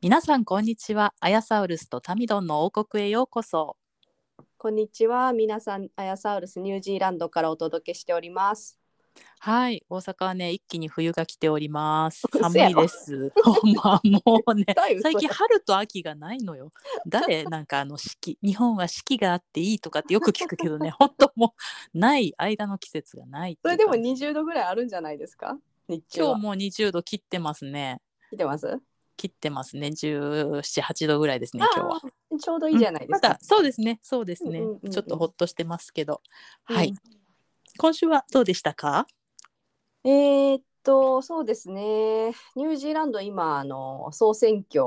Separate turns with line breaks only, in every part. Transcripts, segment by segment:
皆さんこんにちはアヤサウルスとタミドンの王国へようこそ
こんにちは。皆さん、アヤサウルスニュージーランドからお届けしております。
はい大阪はね一気に冬が来ております
嘘
寒
や
い
ろ
ですほんまもうね
絶対嘘
最
や
近春と秋がないのよ誰なんかあの四季日本は四季があっていいとかってよく聞くけどね本当もうない間の季節がないって
そ
いう
れでも
感じ
20度ぐらいあるんじゃないですか日中
今
は
日。もう20度切ってますね
来てます
切ってますね1718度ぐらいですね今日は
あーちょうどいいじゃないで
ます
か。
だそうですねそうですね、
うんうんうんうん
ちょっとほっとしてますけど、
うん
はい今週はどうでしたか
えーっと、そうですね。ニュージーランド、今、あの総選挙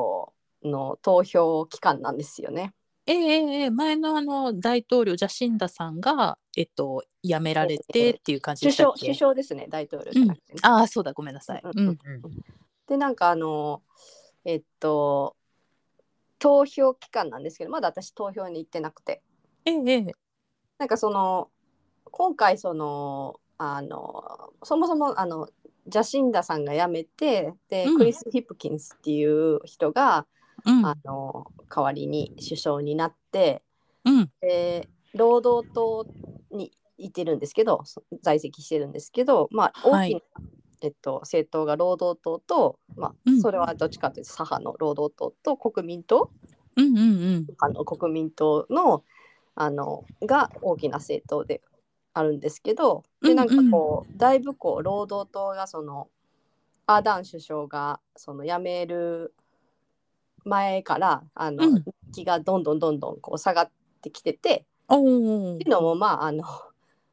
の投票期間なんですよね。
ええええええ前のあの大統領ジャシンダさんがえっと辞められてっていう感じで
首
したっ
相
け、
首相ですね、大統領じゃなくてね、
ああそうだごめんなさい、
うんうんうんで、なんかあの、えっと、投票期間なんですけど、まだ私、投票に行ってなくて。
ええええ
なんかその今回そのあのそもそもあのジャシンダさんが辞めてで、
うん
クリス・ヒプキンスっていう人が、
うん
あの代わりに首相になって
うん
で労働党にいてるんですけどそ在籍してるんですけど、まあ、
は
大
い
きな、えっと、政党が労働党と、ま
う
あ
ん、
それはどっちかというと左派の労働党と国民党
うんうんうん
あの国民党のあのが大きな政党であるんですけど
うんう
で
ん
なんかこうだいぶこう労働党がそのアーダーン首相がその辞める前からあの、
うん
人気がどんどんどんどんこう下がってきてて
おお
っていうのもまああの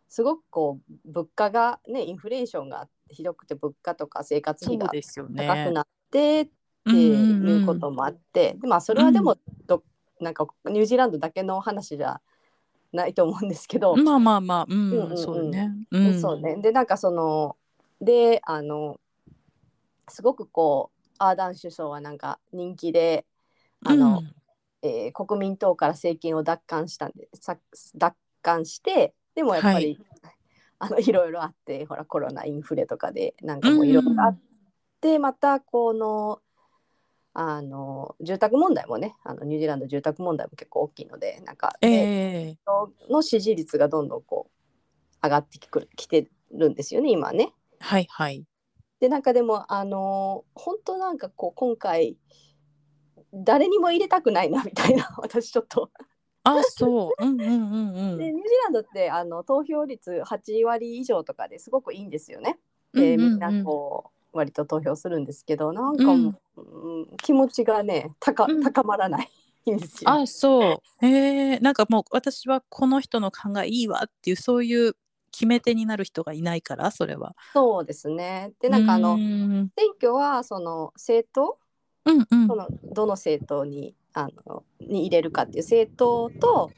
すごくこう物価がねインフレーションがひどくて物価とか生活
そ
費
う
が
ですよね
高くなってって
うんうん
いううんこともあって、でまあそれはでもど、なんかニュージーランドだけの話じゃないと思うんですけど、
まあまあまあうん、
うんうんうん
そうね、うん、
そうねでなんかそのであのすごくこうアーダン首相はなんか人気であの、えー国民党から政権を奪還したんでさ奪還してでもやっぱり、、
はい
あのいろいろあってほらコロナインフレとかでなん
う
か
ん、
もういろいろあ
あ
っでまたこのあの住宅問題もねあのニュージーランド住宅問題も結構大きいのでなんか、
え
ね
え
の支持率がどんどんこう上がってくるきてるんですよね今ね。
はいはい
でなんかでもあの本当なんかこう今回誰にも入れたくないなみ たいな私ちょっと。
あそううんうんうん
で
う
ニュ
ん
ージーランドってあの投票率8割以上とかですごくいいんですよね。
う
で
んう
み
んうん
んなこう割と投票するんですけどなんかもう、うん気持ちがね高
うん
高まらないんですよ。
あそうええなんかもう私はこの人の勘がいいわっていうそういう決め手になる人がいないからそれは
そうですねでなんかあの、
うん
選挙はその政党
うんうん
そのどの政党にあのに入れるかっていう政党と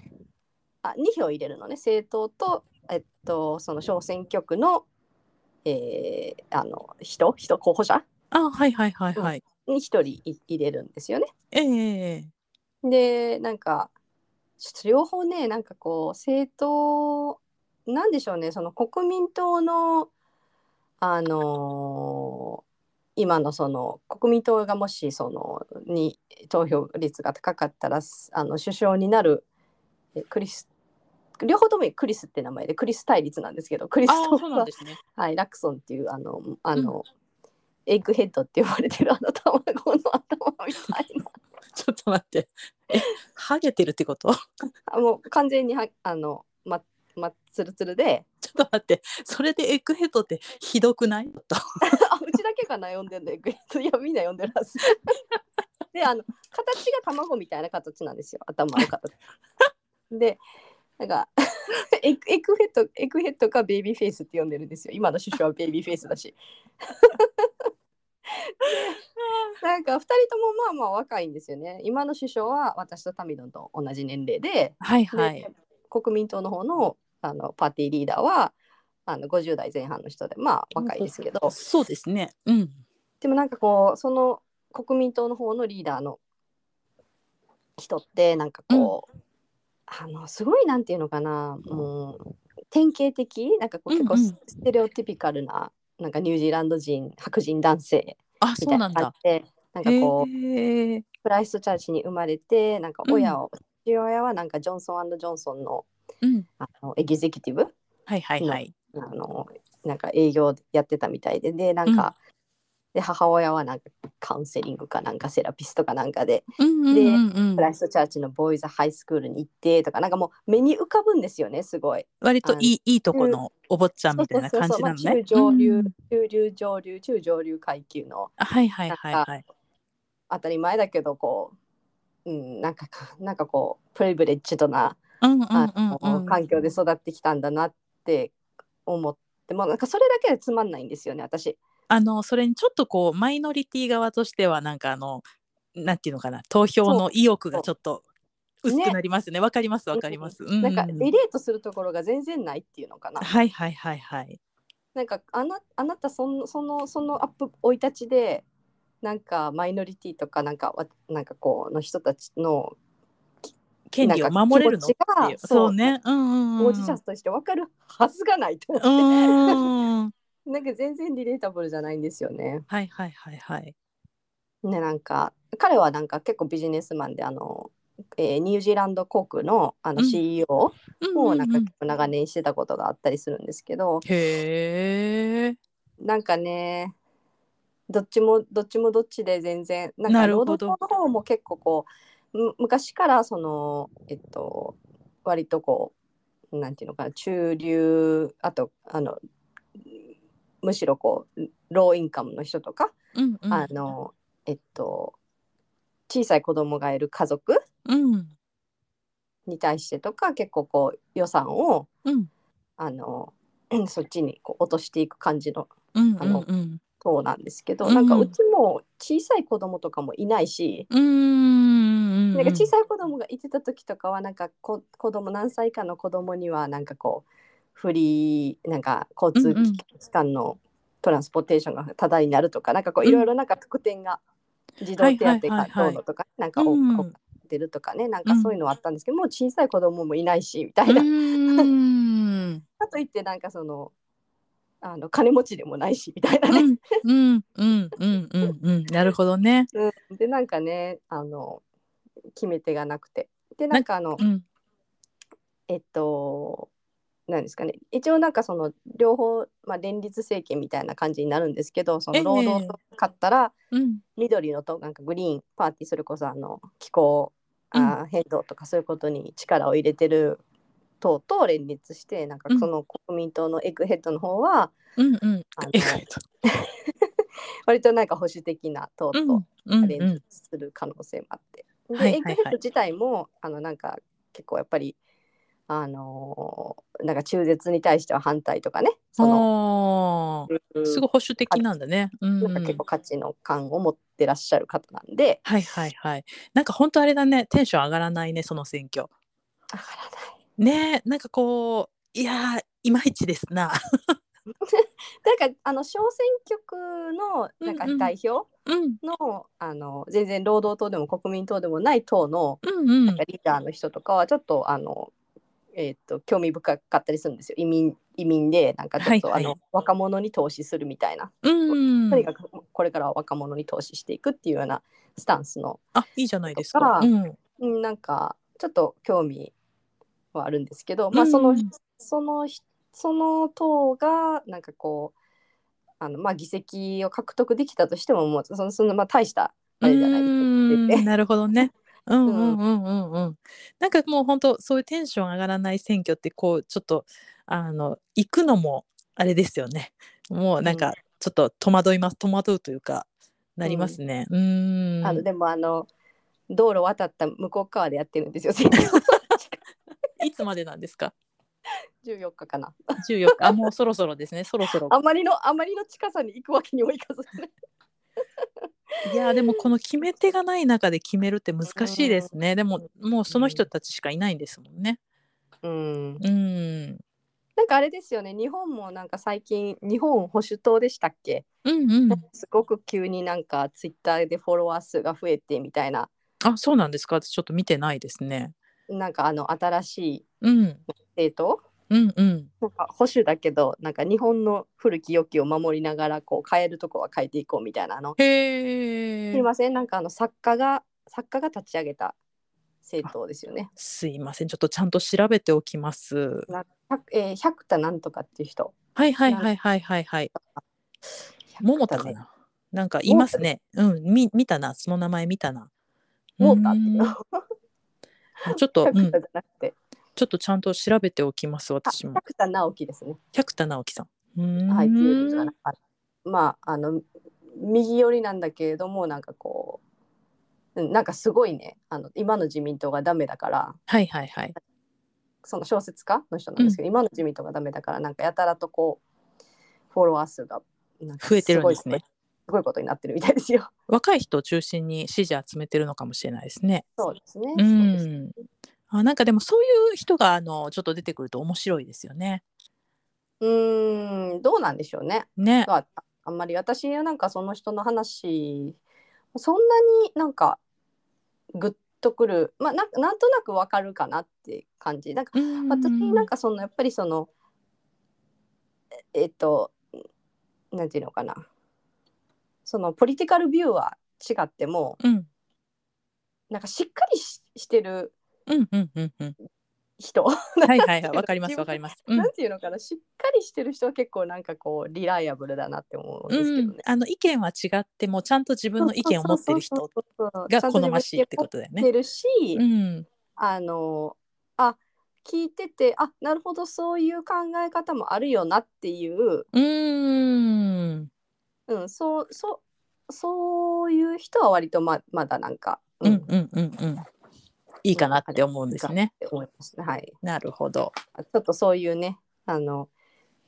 あ2票入れるのね政党と、えっと、その小選挙区の,、えーあの人人候補者
あはいはいはいはい、
に1人い入れるんですよね。
ええ
でなんかちょっと両方ねなんかこう政党なんでしょうねその国民党のあのー今のその国民党がもしそのに投票率が高かったらすあの首相になるえクリス両方ともクリスって名前でクリス対立なんですけどクリス
ああ
と
そうなんですね
はい、ラクソンっていうあのあの、エッグヘッドって呼ばれてるあの卵の頭みたいな
ちょっと待ってえハゲてるってこと
あもう完全にはあのままつるつるで
ちょっと待って、それでエッグヘッドってひどくないと。
あうちだけが悩んでんだよグレートいやみんな読んでるはずであの形が卵みたいな形なんですよ頭の形でなんかエッグエッグヘッドエッグヘッドかベイビーフェイスって呼んでるんですよ今の首相はベイビーフェイスだしなんか2人ともまあまあ若いんですよね。今の首相は私とタミドンと同じ年齢で、
はい
で
はい。
国民党の方のあのパーティーリーダーはあの50代前半の人でまあ若いですけど
そうですね。うん。
でもなんかこうその国民党の方のリーダーの人ってなんかこう、あのすごいなんていうのかなもう典型的なんかこう
うんう
結
ん
構ステレオティピカルな,、なんかニュージーランド人白人男性
あ、
み
そ
た
う
い
な
なん感
だ。
じでなんか
へ
こう
え。
クライストチャーチに生まれてなんか
うん
親を、父親はなんかジョンソンジョンソンの
うん。
あのエグゼキティブ
はいはいはい。
あのなんか営業やってたみたいででなんか、で母親はなんかカウンセリングかなんかセラピストかなんかで、
うんうんうんう
クラ
ん。
イストチャーチのボーイズハイスクールに行ってとかなんかもう目に浮かぶんですよねすごい。
割といいいいとこのお坊ちゃんみたいな感じなの
そうそうそうまあ
ね
中。上流、
うん
中流上流中上流階級の
あはいはいはいはい。
当たり前だけどこう、うん、なんかかなんかこうプレブレッジドな
うんうん
あ
うんうん。
環境で育ってきたんだなって思ってもうなんかそれだけでつまんないんですよね私。
あのそれにちょっとこうマイノリティ側としてはなんかあのなんていうのかな投票の意欲がちょっと薄くなりますねわ、かりますわかります、うん
なんかリレートするところが全然ないっていうのかな。
はいはいはいはい
なんかあなあなたそのそのそのアップ生い立ちでなんかマイノリティとかなんかわなんかこうの人たちの
権利を守れるのっ
なんか気持ちが
ていうそうねうんうんうん
当事者として分かるはずがないと思っ
う
て、
ーん
なんか全然リレータブルじゃないんですよね。
はいはいはいはい
ねなんか彼はなんか結構ビジネスマンであの、えーニュージーランド航空のあ
う
の
ん
CEO
うんうん
を
う
なんか
ん
結構長年してたことがあったりするんですけど、
へえ
なんかねどっちもどっちもどっちで全然なん
な
か
るほ
労
ど
働党の方も結構こうむ昔からそのえっと割とこうなんていうのかな中流あとあのむしろこうローインカムの人とか、
うんうん
あのえっと小さい子供がいる家族
うん
に対してとか結構こう予算を
うん
あの そっちにこう落としていく感じの
うん
あ
うん
の
うん
そうなんですけど、
うん
なんかうちも小さい子供とかもいないし、
うーん
なんか小さい子供がいてた時とかはなんかこ子供何歳以下の子供にはなんかこうフリーなんか交通
うんうん
機関のトランスポーテーションがタダになるとか、なんかこういろいろなんか特典が児童手当
はいはいは
が
いは
ど
いう
のとかなんか多
うん
く出るとかね、なんかそういうのはあったんですけど、もう小さい子供もいないしみたいな、
うーん
かといってなんかそのあの金持ちでもないしみたいなね。
うんうんうんうんうんうんなるほどね。
うん、でなんかねあの決め手がなくてでなんかあの
うん
えっとなんですかね一応なんかその両方、まあ、連立政権みたいな感じになるんですけどそ
ええ
の労働党勝ったら
うん
緑の党なんかグリーンパーティーそれこそあの気候あー変動とかそういうことに力を入れてる党と連立してなんか
うん
その国民党のエッグヘッドの方は
うんうん
あの
えっと
割となんか保守的な党
う
と
んうん
連
うん
立する可能性もあって、
はい
で
はい
エッグ
はい
ヘッド自体もあのなんか結構やっぱりあのーなんか中絶に対しては反対とかねその
おー
うん
すごい保守的なんだね。うん
なんか結構価値の感を持ってらっしゃる方なんで、
はいはいはい。なんか本当あれだねテンション上がらないねその選挙。
わからない
ねなんかこういやーいまいちですな。
なんかあの小選挙区のなんか
うんうん
代表
うん
の,、あの全然労働党でも国民党でもない党の
うんうん
なんかリーダーの人とかはちょっとあの、えー、と興味深かったりするんですよ移民移民でなんかちょっと、
はいはい
あの若者に投資するみたいな
うん
とにかくこれからは若者に投資していくっていうようなスタンスの、
あいいじゃないですか。
とか
うん
うんなんかちょっと興味はあるんですけど、まあ
うん
そのそのその党がなんかこうあの、まあ、議席を獲得できたとしてももうそのその、まあ、大したあれじゃないです
う
言っ
ーん
て
なるほど ね。うんうんうんうんうん。なんかもう本当そういうテンション上がらない選挙ってこうちょっとあの行くのもあれですよね。もうなん
う
か
ん
ちょっと戸惑います戸惑うというかなりますね。うーん。
あのでもあの道路渡った向こう側でやってるんですよ選挙
いつまでなんですか。
14日かな
十四日あもうそろそろですね。そろそろ。
あまりのあまりの近さに行くわけにもいかず
いやでもこの決め手がない中で決めるって難しいですね。でももうその人たちしかいないんですもんね。
うん、
うん。
なんかあれですよね日本もなんか最近日本保守党でしたっけ、
うんうん。
すごく急になんかツイッターでフォロワー数が増えてみたいな
あ、そうなんですか。私ちょっと見てないですね。
なんかあの新しい
うん。
政党
うんうん。
なんか保守だけどなんか日本の古き良きを守りながらこう変えるとこは変えていこうみたいなあ
へ
のす
え
い。ませんなんかあの作家が作家が立ち上げた政党ですよね。
すいません。ちょっとちゃんと調べておきます。
百えー、百田なんとかっていう人。
はいはいはいはいはいはい。桃田か
百田ね。
な。なんかいますね。うん。み見たな。その名前見たな。
桃田って
う
い
ん
うの。
ちょっと、うん
百田じゃなくて、
ちょっとちゃんと調べておきます。私も。
百田直樹ですね。
百田直樹さん。うーん
はい、っていう人がなんかまああの右寄りなんだけれどもなんかこううんなんかすごいねあの今の自民党がダメだから
はいはいはい。
その小説家の人なんですけど、今の自民党がダメだからなんかやたらとこうフォロワー数がなんか
増えてるんです
ごい
ね
こと。すごいことになってるみたいで すよ。
若い人を中心に支持集めてるのかもしれないですね。
そうですね。
う
そうです
ん。あなんかでもそういう人があのちょっと出てくると面白いですよね。
うーんどうなんでしょうね。
ね。
まあ、あんまり私はなんかその人の話そんなになんかグッとくる、まあ、なんなんとなくわかるかなって感じなんか私なん
か
かそのやっぱりそのええっとなんていうのかなそのポリティカルビューは違っても
うん
なんかしっかりししてる
うんうんうん うん。
人
はいはいはい。わかりますわかります。うん
なんていうのかなしっかりしてる人は結構なんかこうリライアブルだなって思うんですけ
う
ど
ん
ね。、
あの意見は違ってもちゃんと自分の意見を持ってる人が好ましいってことだよ
ね。て
ね。
るし、
うん、
あのあ聞いててあなるほどそういう考え方もあるよなっていう、
うーん、
うん、そうそうそういう人は割とままだなんか、
う
うん
ん、うん、うん、うん。いいかなって思うんですね。
って思いますね。はい、
なるほど。
ちょっとそういうねあの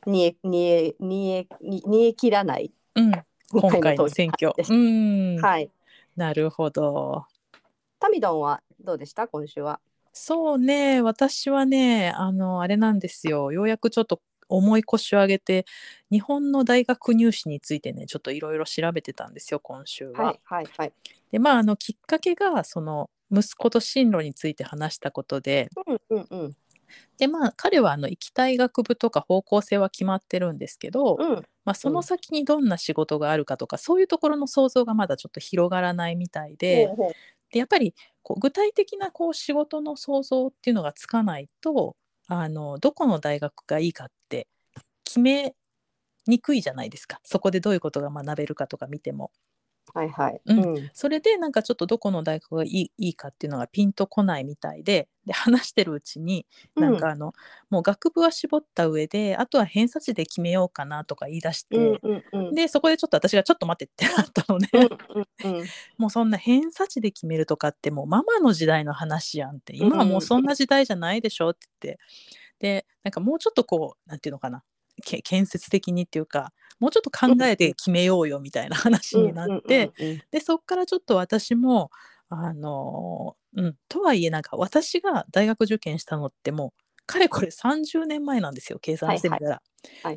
煮え煮え煮え煮煮え切らない
うん、
みた
今
いな
回の
投票
選挙。
でし
うーん、
たはい。
なるほど。
タミドンはどうでした今週は。
そうね、私はね、あの、あれなんですよ。ようやくちょっと重い腰を上げて、日本の大学入試についてね、ちょっといろいろ調べてたんですよ、今週は。
はいはいはい。
で、まあ、あの、きっかけが、その、息子と進路について話したことで、
うんうんうん
で、まあ、彼は、あの、行きたい学部とか方向性は決まってるんですけど、
うん
まあ、その先にどんな仕事があるかとか、そういうところの想像がまだちょっと広がらないみたいで、
ほうほう
でやっぱりこう具体的なこう仕事の想像っていうのがつかないとあのどこの大学がいいかって決めにくいじゃないですかそこでどういうことが学べるかとか見ても
はいはい。
うん
うん
それでなんかちょっとどこの大学がいいいいかっていうのがピンとこないみたいでで話してるうちになんかあの、もう学部は絞った上であとは偏差値で決めようかなとか言い出して、
うんうんうん。
でそこでちょっと私がちょっと待ってってなったのね。
うんうんうん
もうそんな偏差値で決めるとかってもうママの時代の話やんって今はもうそんな時代じゃないでしょって言ってでなんかもうちょっとこうなんていうのかなけ建設的にっていうかもうちょっと考えて決めようよみたいな話になって、
うんうんうん
でそっからちょっと私もあのーうんとはいえなんか私が大学受験したのってもうかれこれ30年前なんですよ計算してみたら、
はいは
30
い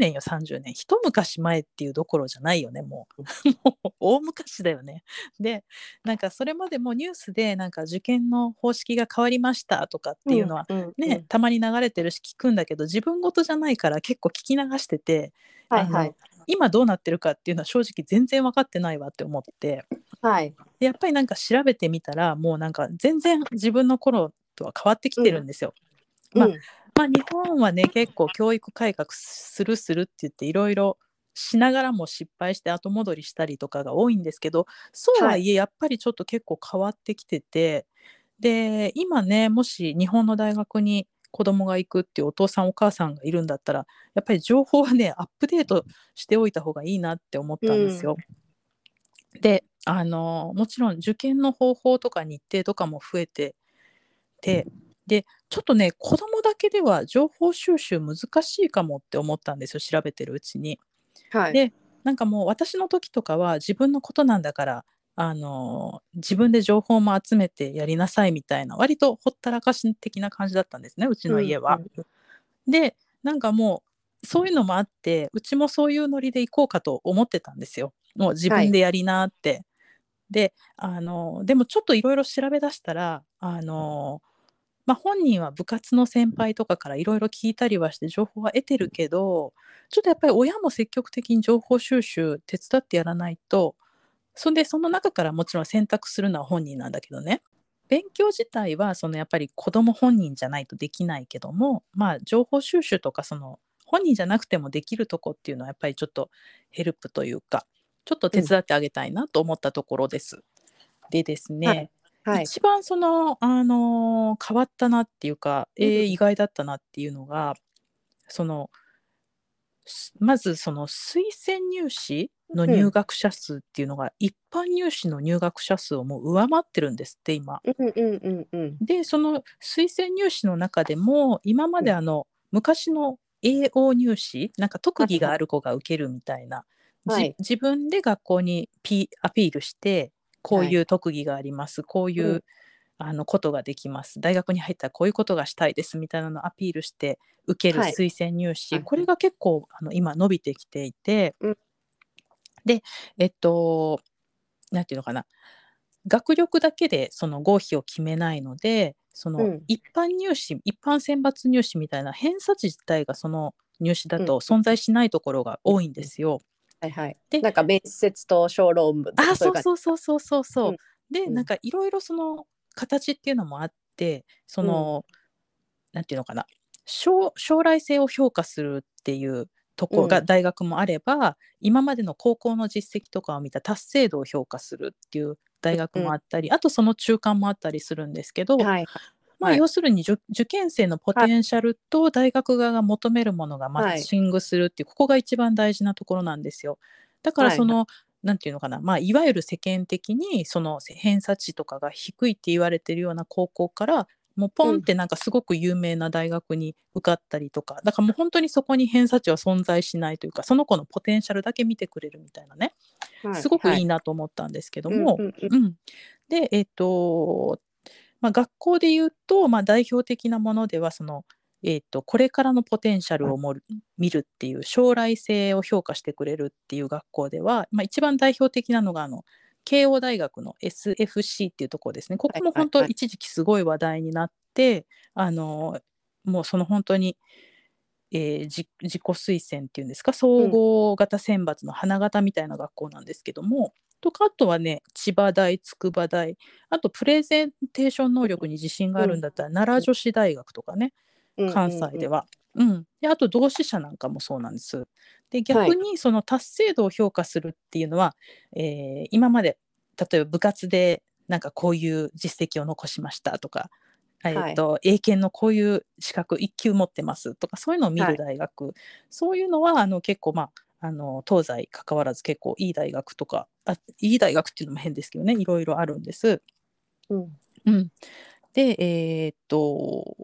年よ30年一昔前っていうどころじゃないよねもう もう大昔だよねでなんかそれまでもニュースでなんか受験の方式が変わりましたとかっていうのは、
んんうん
ね、たまに流れてるし聞くんだけど自分事じゃないから結構聞き流してて
はいはい
今どうなってるかっていうのは正直全然分かってないわって思って
はい
でやっぱりなんか調べてみたらもうなんか全然自分の頃とは変わってきてるんですよ。まあ
うん
まあ日本はね結構教育改革するするって言っていろいろしながらも失敗して後戻りしたりとかが多いんですけどそうはいえやっぱりちょっと結構変わってきてて、で今ねもし日本の大学に子供が行くっていうお父さんお母さんがいるんだったらやっぱり情報はねアップデートしておいた方がいいなって思ったんですよ。であのもちろん受験の方法とか日程とかも増えててでちょっとね子供だけでは情報収集難しいかもって思ったんですよ調べてるうちに。
はい
でなんかもう私の時とかは自分のことなんだからあの自分で情報も集めてやりなさいみたいな割とほったらかし的な感じだったんですねうちの家は。でなんかもうそういうのもあってうちもそういうノリで行こうかと思ってたんですよもう自分でやりなって。であのでもちょっといろいろ調べ出したらあの、まあ、本人は部活の先輩とかからいろいろ聞いたりはして情報は得てるけどちょっとやっぱり親も積極的に情報収集手伝ってやらないとそんでその中からもちろん選択するのは本人なんだけどね勉強自体はそのやっぱり子供本人じゃないとできないけどもまあ情報収集とかその本人じゃなくてもできるとこっていうのはやっぱりちょっとヘルプというかちょっと手伝ってあげたいなと思ったところです。でですね、
はいはい。
一番その、あのー変わったなっていうか、えー
うん
意外だったなっていうのがそのすまずその推薦入試の入学者数っていうのが、一般入試の入学者数をもう上回ってるんですって今。
うんうんうんうん。
でその推薦入試の中でも今まであの、昔の AO 入試なんか特技がある子が受けるみたいな、じ
はい
自分で学校にピアピールしてこういう特技があります、こういう、
うん
あのことができます大学に入ったらこういうことがしたいですみたいなのをアピールして受ける
はい
推薦入試、
はい
これが結構あの今伸びてきていて、
うん
でえっとなんていうのかな学力だけでその合否を決めないのでその、
うん
一般入試一般選抜入試みたいな偏差値自体がその入試だと存在しないところが多いんですよ。
はいはい。
で
なんか面接と小論文とか
あそう
い感じ
そうそうそうそうそう。
うん
で
うん
なんかいろいろその形っていうのもあってその、なんていうのかな将将来性を評価するっていうところが
うん
大学もあれば、今までの高校の実績とかを見た達成度を評価するっていう大学もあったり、あとその中間もあったりするんですけど、
はいはい。
まあ、
はい
要するに受受験生のポテンシャルと大学側が求めるものがマッチングするっていう、ここが一番大事なところなんですよ。だから
はい
その、なんていうのかな、まあ、いわゆる世間的にその偏差値とかが低いって言われてるような高校からもうポンってなんかすごく有名な大学に受かったりとか、だからもう本当にそこに偏差値は存在しないというかその子のポテンシャルだけ見てくれるみたいなね、
はい
すごくいい
は
なと思ったんですけど
う
も、
んうんうん
うん、で、えっとまあ、学校で言うと、まあ、代表的なものではその、えっとこれからのポテンシャルをもる見るっていう将来性を評価してくれるっていう学校では、まあ、一番代表的なのがあの慶応大学の SFC っていうところですねここも本
は
当
いはいはい
一時期すごい話題になって、あのもうその本当に、えーじ自己推薦っていうんですか総合型選抜の花形みたいな学校なんですけども、とかあとはね千葉大筑波大あとプレゼンテーション能力に自信があるんだったら、奈良女子大学とかね
うんうん
関西では。うん、であと同志社なんかもそうなんです。で
はい
逆にその達成度を評価するっていうのは、えー今まで例えば部活でなんかこういう実績を残しましたとか、えーと英検のこういう資格1級持ってますとかそういうのを見
は
る
い
大学、そういうのはあの結構まああの東西関わらず結構いい大学とかあいい大学っていうのも変ですけどねいろいろあるんです。
うん
うん、で、えーっと、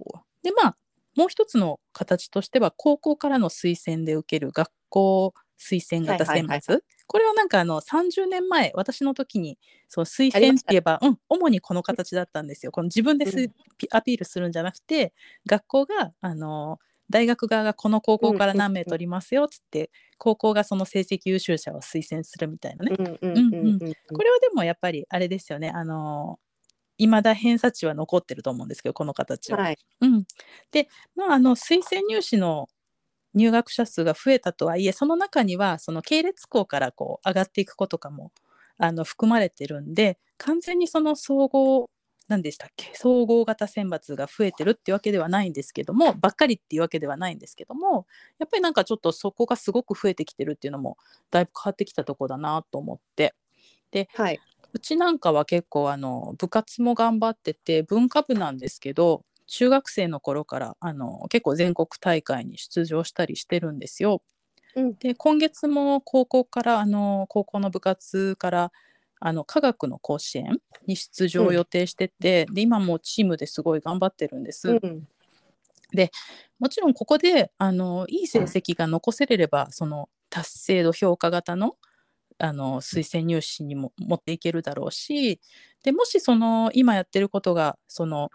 で、まあ、もう一つの形としては、高校からの推薦で受ける学校推薦型
はい
選抜。
はいはい
これはなんかあの30年前、私の時にそう推
あり
薦
ま
っ
してた
言えば、うん、主にこの形だったんですよ。この自分です、
うん
ピアピールするんじゃなくて、学校が、あの、大学側がこの高校から何名取りますよっつって、高校がその成績優秀者を推薦するみたいなね。
うんうん
うん
うんうん。
これはでもやっぱりあれですよね。あのいまだ偏差値は残ってると思うんですけど、この形は。
はい
うん、で、まあ、あの推薦入試の入学者数が増えたとはいえ、その中にはその系列校からこう上がっていく子とかもあの含まれてるんで、完全にその総合何でしたっけ総合型選抜が増えてるってわけではないんですけどもばっかりっていうわけではないんですけどもやっぱりなんかちょっとそこがすごく増えてきてるっていうのもだいぶ変わってきたとこだなと思って
はい。
うちなんかは結構あの部活も頑張ってて文化部なんですけど中学生の頃からあの結構全国大会に出場したりしてるんですよ。
うん
で今月も高校からあの高校の部活からあの科学の甲子園に出場を予定してて、で今もうチームですごい頑張ってるんです。
うん
もちろんここであのいい成績が残せれればその達成度評価型のあの推薦入試にも持っていけるだろうしでもしその今やってることがその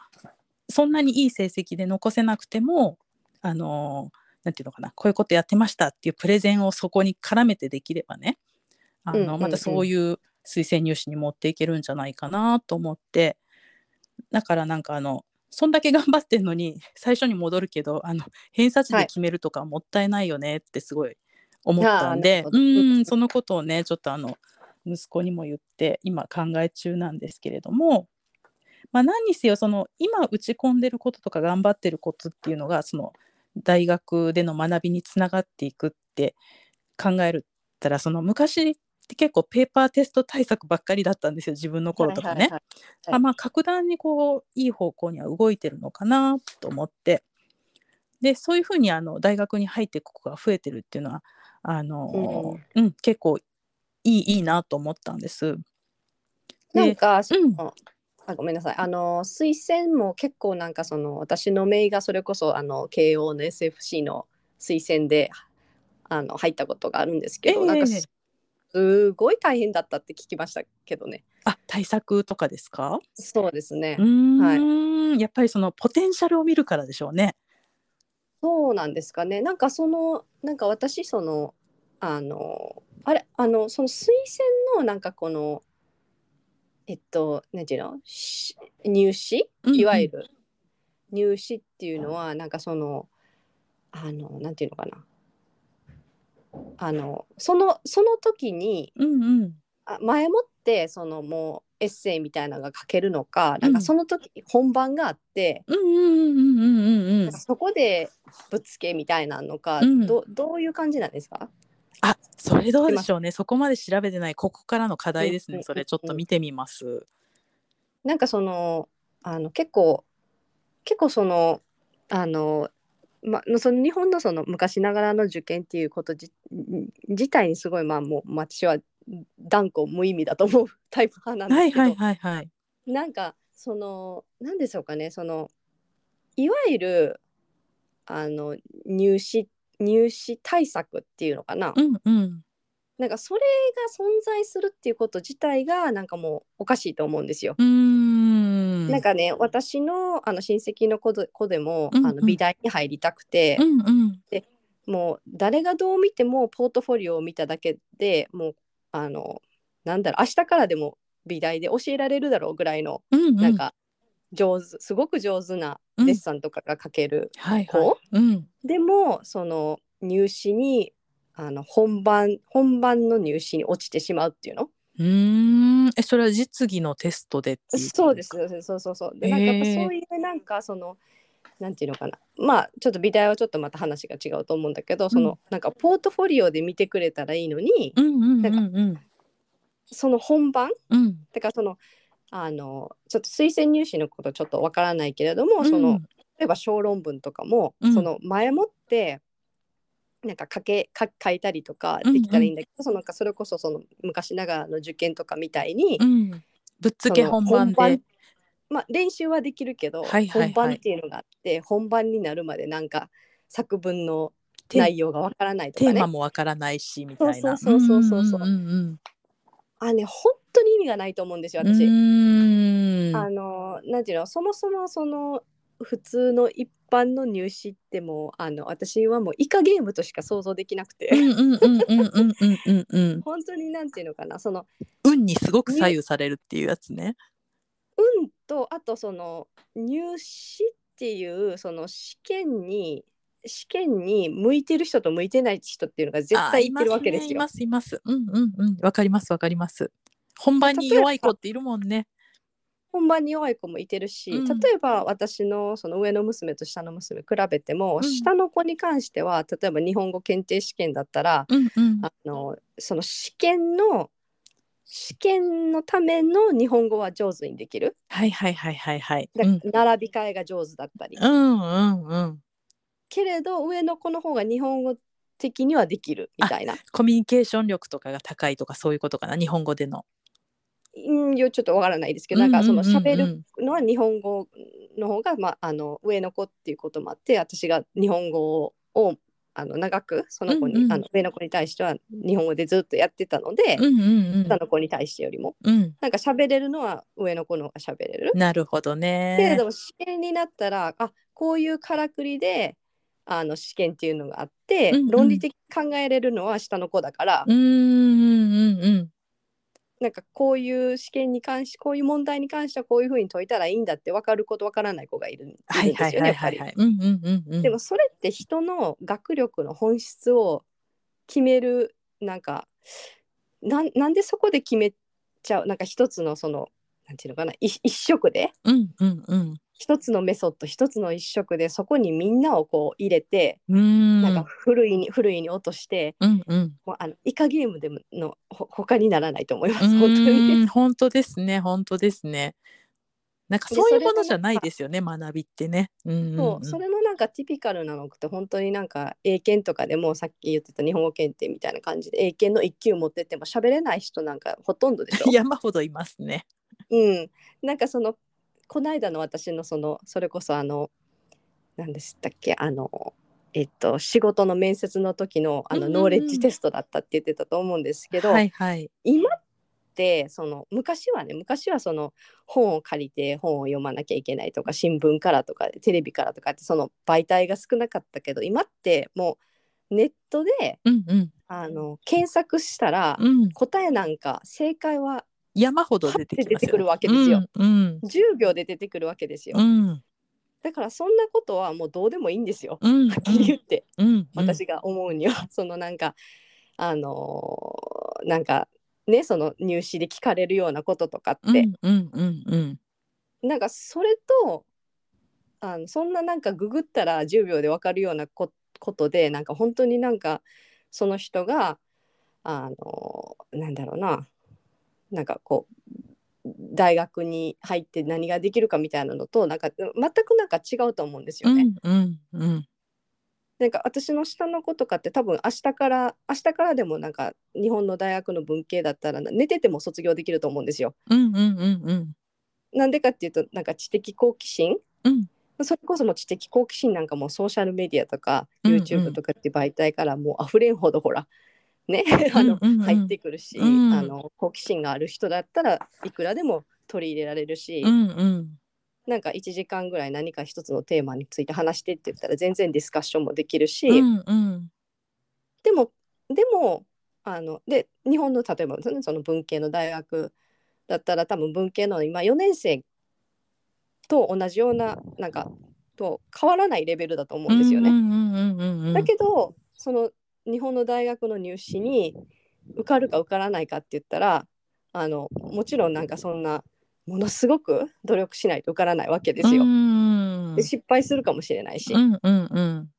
そんなにいい成績で残せなくてもあのなんていうのかなこういうことやってましたっていうプレゼンをそこに絡めてできればねあの、
うんうんうん
またそういう推薦入試に持っていけるんじゃないかなと思ってだからなんかあのそんだけ頑張ってんのに最初に戻るけどあの偏差値で決めるとかもったいないよねってすごい思ったんで、
あーなるほど
うんそのことをねちょっとあの息子にも言って今考え中なんですけれども、まあ、何にせよその今打ち込んでることとか頑張ってることっていうのがその大学での学びにつながっていくって考えるったらその昔って結構ペーパーテスト対策ばっかりだったんですよ自分の頃とかね。
はいはいはいはい
あまあ格段にこういい方向には動いてるのかなと思ってでそういうふうにあの大学に入っていく子が増えてるっていうのはあの、うん結構いいいいなと思ったんです。で
なんか、
うん
あごめんなさいあの推薦も結構なんかその私のメイがそれこそあの慶応の SFC の推薦であの入ったことがあるんですけど、
ええ
なんかすすごい大変だったって聞きましたけどね
あ対策とかですか
そうですね、
うーんやっぱりそのポテンシャルを見るからでしょうね。
そうなんですかねなんかそのなんか私そのあのあれあのその推薦のなんかこのえっと何ていうのし入試
うんうん
いわゆる入試っていうのはなんかそのあのなんていうのかなあのそのその時に
うんうん
あ前もってそのもうエッセイみたいなのが書けるのかなん
う
か
ん
その時本番があって、
うんうんうんうんうんうん
なんかそこでぶっつけみたいなのか、
うん
どどういう感じなんですか
あそれどうでしょうねそこまで調べてないここからの課題ですねそれちょっと見てみます。
なんかそのあの結構結構そのあの、ま、その日本のその昔ながらの受験っていうことじ自体にすごいまあもう私は断固無意味だと思う タイプ派なん
はい
ですけど、
はいはいはい。
なんかその何でしょうかねそのいわゆるあの入試入試対策っていうのかな、
うんうん。
なんかそれが存在するっていうこと自体がなんかもうおかしいと思うんですよ。
うーん。
なんかね私のあの親戚の子ど子でも、
うんうん
あの美大に入りたくて
う、んうん。
もう誰がどう見てもポートフォリオを見ただけでもうあのなんだろう明日からでも美大で教えられるだろうぐらいの、
うんうん。
なんか上手すごく上手なデッサンとかが描ける、
はいはい
こ。
うん。
でもその入試にあの本番本番の入試に落ちてしまうっていうの
うーん。え、それは実技のテストでっていうことか。
そうですそうですそうそうそうでなんかやっぱ
へー
そういうなんかそのなんていうのかなまあちょっと美大はちょっとまた話が違うと思うんだけどその、
うん
なんかポートフォリオで見てくれたらいいのに、
うんうんうんうん。
その本番
うん。
てかそのあのちょっと推薦入試のことちょっとわからないけれども、
うん
その例えば小論文とかも、
うん
その前もってなんか書け書書いたりとかできたらいいんだけど、そのなんかそれこそその昔ながらの受験とかみたいに、
うん。ぶっつけ
その
本番で。
まあ、練習はできるけど、
はいはいはい
本番っていうのがあって本番になるまでなんか作文の内容がわからないと
テ
か
ー
ね
マもわからないしみたいな。
そうそうそうそうそう
うんうんうん
あね本当に意味がないと思うんですよ
うん。う
私。
ーん。
あのなんていうのそもそもその普通の一般の入試ってもうあの私はもうイカゲームとしか想像できなく
う
て
んうんうんうんうんうんうんうん。
本当になんていうのかなその
運にすごく左右されるっていうやつね。
運とあとその入試っていうその試験に試験に向いてる人と向いてない人っていうのが絶
あー
対いってるわけです
い
よ。
ますねいますいます。うんうんうん。わかりますわかります。本番に弱い子っているもんね。
本番に弱い子もいてるし、
うん
例えば私のその上の娘と下の娘比べても、
うん
下の子に関しては例えば日本語検定試験だったら、
うんうん。
あのその試験の試験のための日本語は上手にできる、
はいはいはいはいはい。
だ
うん
並び替えが上手だったり、
うんうんうん。
けれど上の子の方が日本語的にはできるみたいな
コミュニケーション力とかが高いとかそういうことかな日本語での。
うんよちょっとわからないですけどなんかその喋
うんうん
るのは日本語の方が、まあ、あの上の子っていうこともあって私が日本語をあの長くその子に、
うんうん
あの上の子に対しては日本語でずっとやってたので、
うんうん
下の子に対してよりも
うんうん
なんか喋れるのは上の子の方が喋れる。
なるほど
けれ
ね
ども試験になったらあこういうからくりであの試験っていうのがあって、
うんうん
論理的に考えれるのは下の子だから、
うんうんうんうん
なんかこういう試験に関してこういう問題に関してはこういうふうに解いたらいいんだって分かる子と分からない子がいるいるんですよ
はいはいはい
ねやっぱ
はい
り
は。いうんうんうんうん
でもそれって人の学力の本質を決めるなんかなんなんでそこで決めちゃうなんか一つのそのなんていうのかない一色で
うんうんうん
一つのメソッド一つの一色でそこにみんなをこう入れて、
うん
なんかふるいにふるいに落として
うんうん
もうあのイカゲームでものほ他にならないと思います
う
本当に。
ーん本当ですね本当ですねなんか
で
そういう
それ
も
が
のじゃないですよね学びってねうんうん。
そううんそれのなんかティピカルなのって本当になんか英検とかでもさっき言ってた日本語検定みたいな感じで英検の1級持ってっても喋れない人なんかほとんどでしょ
山ほどいますね
うん、なんかそのこの間の私のそのそれこそあの何でしたっけあのえっと仕事の面接の時のあ
う
の
んうんうん
ノーレッジテストだったって言ってたと思うんですけど、
はいはい
今ってその昔はね昔はその本を借りて本を読まなきゃいけないとか新聞からとかテレビからとかってその媒体が少なかったけど今ってもうネットで
うんうん
あの検索したら
うん
答えなんか正解は
山ほど出てきますよ、ね、
出てくるわけですよ
うん
10秒で出てくるわけですよ
う。ん
だからそんなことはもうどうでもいいんですよ。
うんうん
はっきり言って、
うん
私が思うには、そのなんかあのーなんかねその入試で聞かれるようなこととか
う
っ
ん
て、
うんうんうん
なんかそれとあのそんななんかググったら10秒でわかるようなこことでなんか本当になんかその人があのーなんだろうななんかこう大学に入って何ができるかみたいなのとなんか全くなんか違うと思うんです
う
よね。
んうんうん
なんか私の下の子とかって多分明日から明日からでもなんか日本の大学の文系だったら寝てても卒業できると思うんですよ。
うんうんうんうん
なんでかっていうとなんか知的好奇心、
うん
それこそもう知的好奇心なんかもうソーシャルメディアとか
うんうん
YouTube とかっていう媒体からもう溢れんほどほらね あの
うんうんうん
入ってくるし、
うん
あの好奇心がある人だったらいくらでも取り入れられるし、
うんうん
なんか1時間ぐらい何か一つのテーマについて話してって言ったら全然ディスカッションもできるし。
うんうん
でもでもあので日本の例えばそのその文系の大学だったら多分文系の今4年生と同じようななんかと変わらないレベルだと思うんですよね。
うんうんうんうんうん
だけどその日本の大学の入試に受かるか受からないかって言ったらあのもちろんなんかそんなものすごく努力しないと受からないわけですよ。
うん
で失敗するかもしれないし、
うんうんうん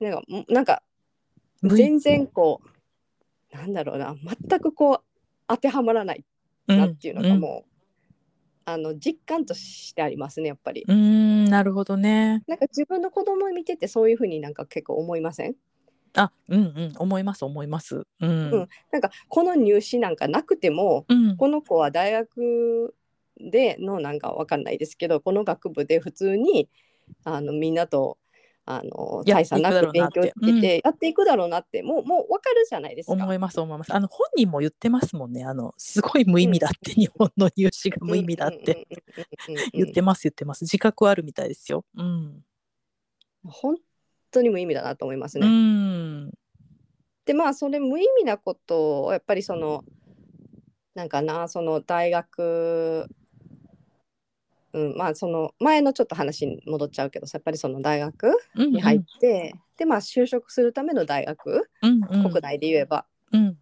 なんかもうなんか
ぶい
全然こうなんだろうな全くこう当てはまらないなっていうのがもう、あの実感としてありますねやっぱり。
うんうんなるほどね
なんか自分の子供を見ててそういうふうになんか結構思いません、
あ、うんうん、思います、思います。うん。
うんなんかこの入試なんかなくても
うん、
この子は大学でのなんかわかんないですけどこの学部で普通にあのみんなとあの
や
大差なく
っていく
勉
だろうなって
強しててやっていくだろうなってもうもうわかるじゃないですか。
思います、思います。あの、本人も言ってますもんね。あの、すごい無意味だって、日本の入試が無意味だって。
うんうんうんうんうんうんうん
言ってます、言ってます。自覚あるみたいですよ。うん。
本当に無意味だなと思います
う
ね。
ん。
でまあそれ無意味なことをやっぱりそのなんかなその大学うんまあその前のちょっと話に戻っちゃうけどさやっぱりその大学
うん
に入って、でまあ就職するための大学
うんうん
国内で言えば、
うん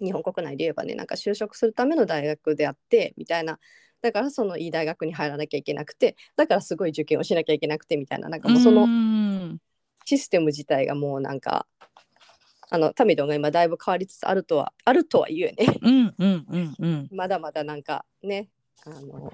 日本国内で言えばねなんか就職するための大学であってみたいな。だからそのいい大学に入らなきゃいけなくてだからすごい受験をしなきゃいけなくてみたいななんかもうその
うん
システム自体がもうなんかあのタミドンが今だいぶ変わりつつあるとはあるとは言えね
うんうんうんうん
まだまだなんかねあの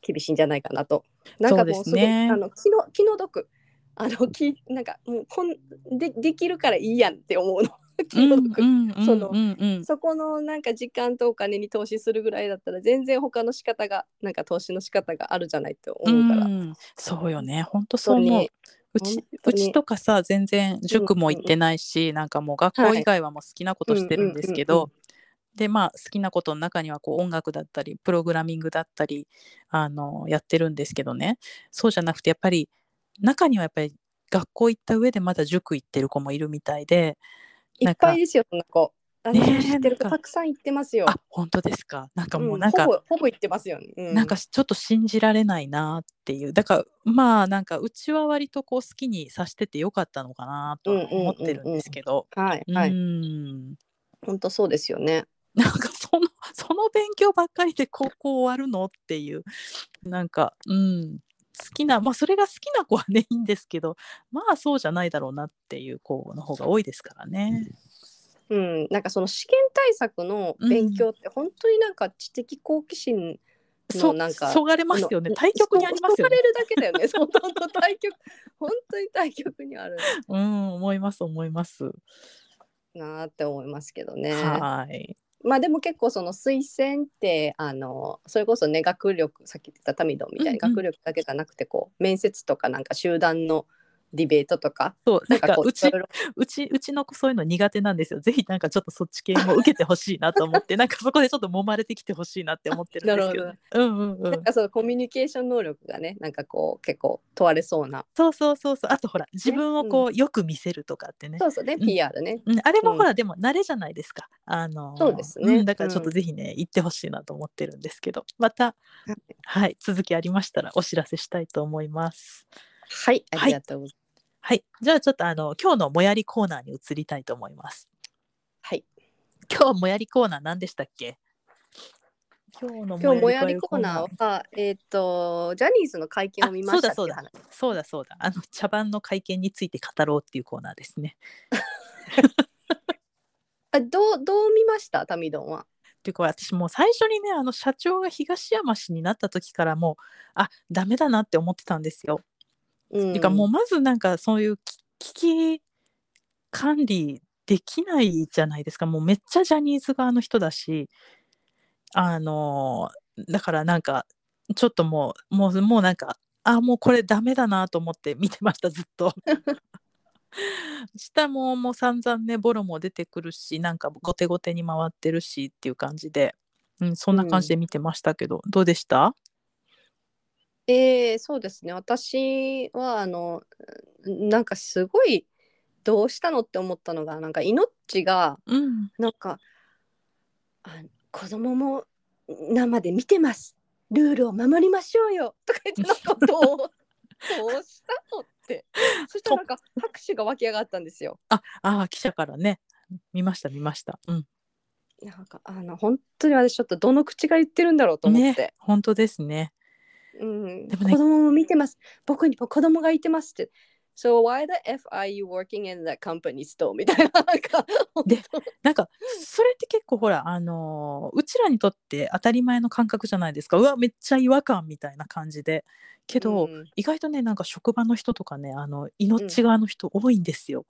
厳しいんじゃないかなとなんかもう
そ
す
う
ごい
ですね
あの気の気の毒あのきなんかもうこんでできるからいいやんって思うの 気の毒、
うんうん
その
うんうん
そこのなんか時間とお金に投資するぐらいだったら全然他の仕方がなんか投資の仕方があるじゃないと
う
思うから、
んそうよね本当そう思う
本
うち
当
う
に
ちとかさ全然塾も行ってないし、なんかもう学校以外はもう好きなことしてるんですけど、
うんうんうん
でまあ好きなことの中にはこう音楽だったりプログラミングだったりあのやってるんですけどねそうじゃなくてやっぱり中にはやっぱり学校行った上でまだ塾行ってる子もいるみたいで
い
なん
っ
か
ぱいですよ、そんな子。あ
ねえ
の知ってる子
なんか
たくさん行ってますよ。
あ本当ですかなんかもうなんか、
うんほぼほぼ行ってますよね。う
なんかしちょっと信じられないなっていうだからまあなんかうちは割とこう好きにさしててよかったのかなとは思ってるんですけど
はい、
う
は
ー
い、
ん
本当そうですよね。
なんかそのその勉強ばっかりで高校終わるのっていうなんかうん好きなまあそれが好きな子はねいいんですけどまあそうじゃないだろうなっていう子の方が多いですからね。
うん、なんかその試験対策の勉強って本当になんか知的好奇心
そ
のなんか
そがれますよね
の
対局にありますよ
そそが
ね
れ。るだけだよね。そう本当対局本当に対局にある
うん思います思います。
なーって思いますけどね。
はい。
まあでも結構その推薦ってあのそれこそね学力さっき言ってたタミドンみたいな
うんうん
学力だけじゃなくてこう面接とかなんか集団のディベートとか
そう
な
なん
ん
か
かこう
うち
いろいろ
うちうちの子そういうの苦手なんですよ。ぜひなんかちょっとそっち系も受けてほしいなと思ってなんかそこでちょっと揉まれてきてほしいなって思ってるんですけど,、
なる
うんうんう
なん
ん。
かそのコミュニケーション能力がねなんかこう結構問われそうな
そうそうそうそうあとほら自分をこう、よく見せるとかってね。
そうそうね
うん
PR ね
うん、あれもほら、でも慣れじゃないですか。あのー
そうですね
んだからちょっとぜひね、行ってほしいなと思ってるんですけどまた、
はい
はい、続きありましたらお知らせしたいと思います。
はいありがとうござい
はい、じゃあちょっとあの今日のもやりコーナーに移りたいと思います。
ますはい
今日もやりコーナー何でしたっけ今日の
今日もやりコーナーはえっとジャニーズの会見を見ました
あ
って
そ
いうう
だ
話
そうだそうだあの茶番の会見について語ろうっていうコーナーですね。
あどうどう見ましたタミドンは
っていうか私もう最初にねあの社長が東山氏になった時からもうあダメだなって思ってたんですよ。
うん
っていうかもうまずなんかそういう危機管理できないじゃないですかもうめっちゃジャニーズ側の人だしあのだからなんかちょっともうもうもうなんかあもうこれダメだなと思って見てましたずっと。下ももう散々ねボロも出てくるしなんか後手後手に回ってるしっていう感じで、うん、そんな感じで見てましたけど、どうでした
えー、そうですね私はあのうんなんかすごいどうしたのって思ったのがなんか命が
うん
なんかあ子供も生で見てますルールを守りましょうよとか言ってなんかどうどうしたのってそしたらなんか拍手が湧き上がったんですよ。
ああ記者からね見ました見ました。うん
なんかあの本当に私ちょっとどの口が言ってるんだろうと思って、
ね、本当ですね。
うん
でもね
子供も見てます。僕にも子供がいてますって。So why the F are you working in that company still? みたいな。なんか
で
本
なんかそれって結構ほらあのーうちらにとって当たり前の感覚じゃないですかうわめっちゃ違和感みたいな感じでけ
当
ど、
うん
意外とねなんか職場の人とかねあの命側の人多いんです よ。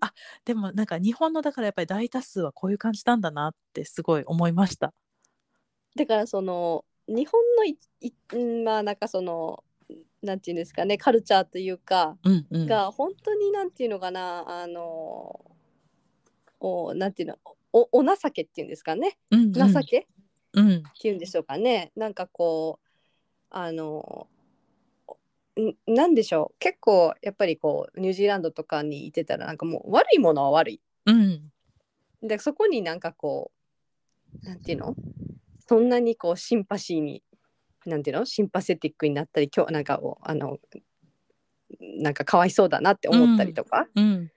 あでもなんか日本のだからやっぱり大多数はこういう感じなんだなってすごい思いました。
だからその日本のいいうんまあなんかそのなんていうんですかねカルチャーというか
うんうん、
が本当になんていうのかなあのおなんていうのおお情けっていうんですかね
うんうん
情け、
うん
っていうんでしょうかねなんかこうあのんなんでしょう結構やっぱりこうニュージーランドとかにいてたらなんかもう悪いものは悪い
うん
でそこになんかこうなんていうのそんなにこうシンパシーになんていうのシンパセティックになったり今日なんかをあのなんかかわいそうだなって思ったりとか、
うん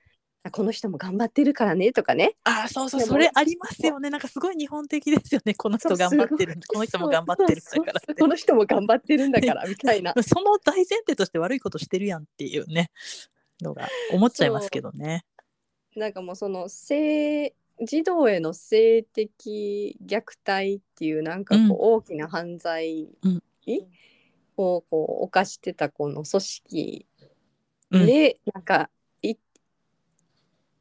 あこの人も頑張ってるからねとかね
あーそうそう
でも
それありますよねなんかすごい日本的ですよねこの
そ
人
う
頑張ってる
すごい
この人も頑張ってるだ
そう
か
そう
ら
そうこの人も頑張ってるんだからみたいな
ねその大前提として悪いことしてるやんっていうねのが思っちゃいますけどね
なんかもうその性児童への性的虐待っていうなんかこ
う
う
ん
大きな犯罪
うん
をこう犯してたこの組織
うん
で、なんかい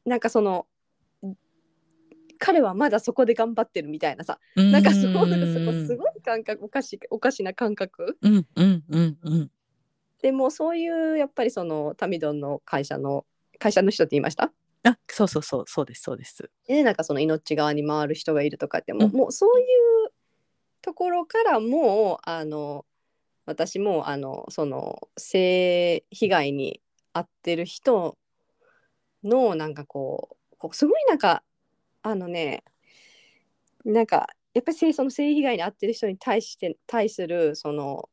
なんかその彼はまだそこで頑張ってるみたいなさなんかすごい
うん
すごいすごい感覚おかしいおかしな感覚
うんうんうんうん
でもそういうやっぱりそのタミドンの会社の会社の人って言いました
あそうそうそうそうですそうです。
ね、なんかその命側に回る人がいるとかってもう,、
うん
もうそういうところからもうあの私もあのその性被害に遭ってる人のなんかこうこうすごいなんかあのねなんかやっぱり性その性被害に遭ってる人に対して対するその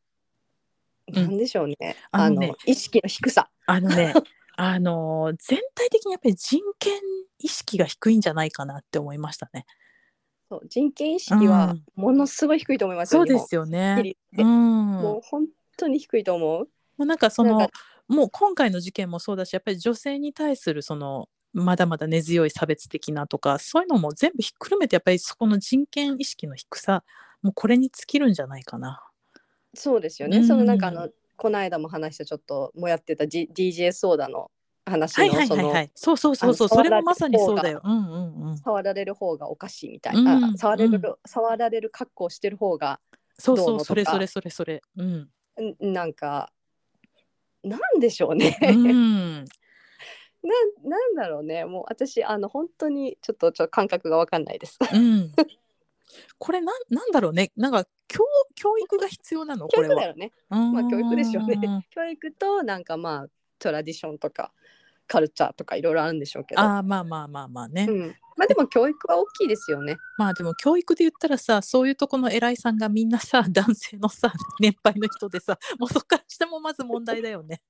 うん
なんでしょうね,、あ
あ
の
のね
意識の低さ。
あの ねあの全体的にやっぱり人権意識が低いんじゃないかなって思いましたね。
そう人権意識は
うん
ものすごい低いと思いますよ、
そうで
日
すよ
本
ね。
日
うん、
もう
も
本当に低いと思う。
うなんかそ
なん
の
か
もう今回の事件もそうだしやっぱり女性に対するそのまだまだ根強い差別的なとかそういうのも全部ひっくるめてやっぱりそこの人権意識の低さもうこれに尽きるんじゃないかな。
そうですよね。
うん
そのなんかあのこの間も話したちょっともやってた、G、DJ ソーダの話
はいは
の
い
そ
はい
の
はい。そうそうそうそう
あの
それもまさにそうだよ。うんうんうん。
触られる方がおかしいみたいな、
うん
触れ
う
る
ん
触られる格好をしてる方が
そう
どう
そ
の
う
とか
それそれそれそれ。 うん。
んなんか なんでしょうね。
うん。
なんなんだろうね。もう私あの本当にちょっとちょっと感覚がわかんないです。
うん、これなんなんだろうねなんか教教育が必要なの こ
教
れ
育だ
は。
よね。
ま
まあ教育でしょうね。教育となんかまあトラディションとかカルチャーとかいろいろあるんでしょうけど。
あーまあまあまあまあね、
うん。まあでも教育は大きいですよね。
まあでも教育で言ったらさそういうとこの偉いさんがみんなさ 男性のさ年配の人でさもうそこからしてもまず問題だよね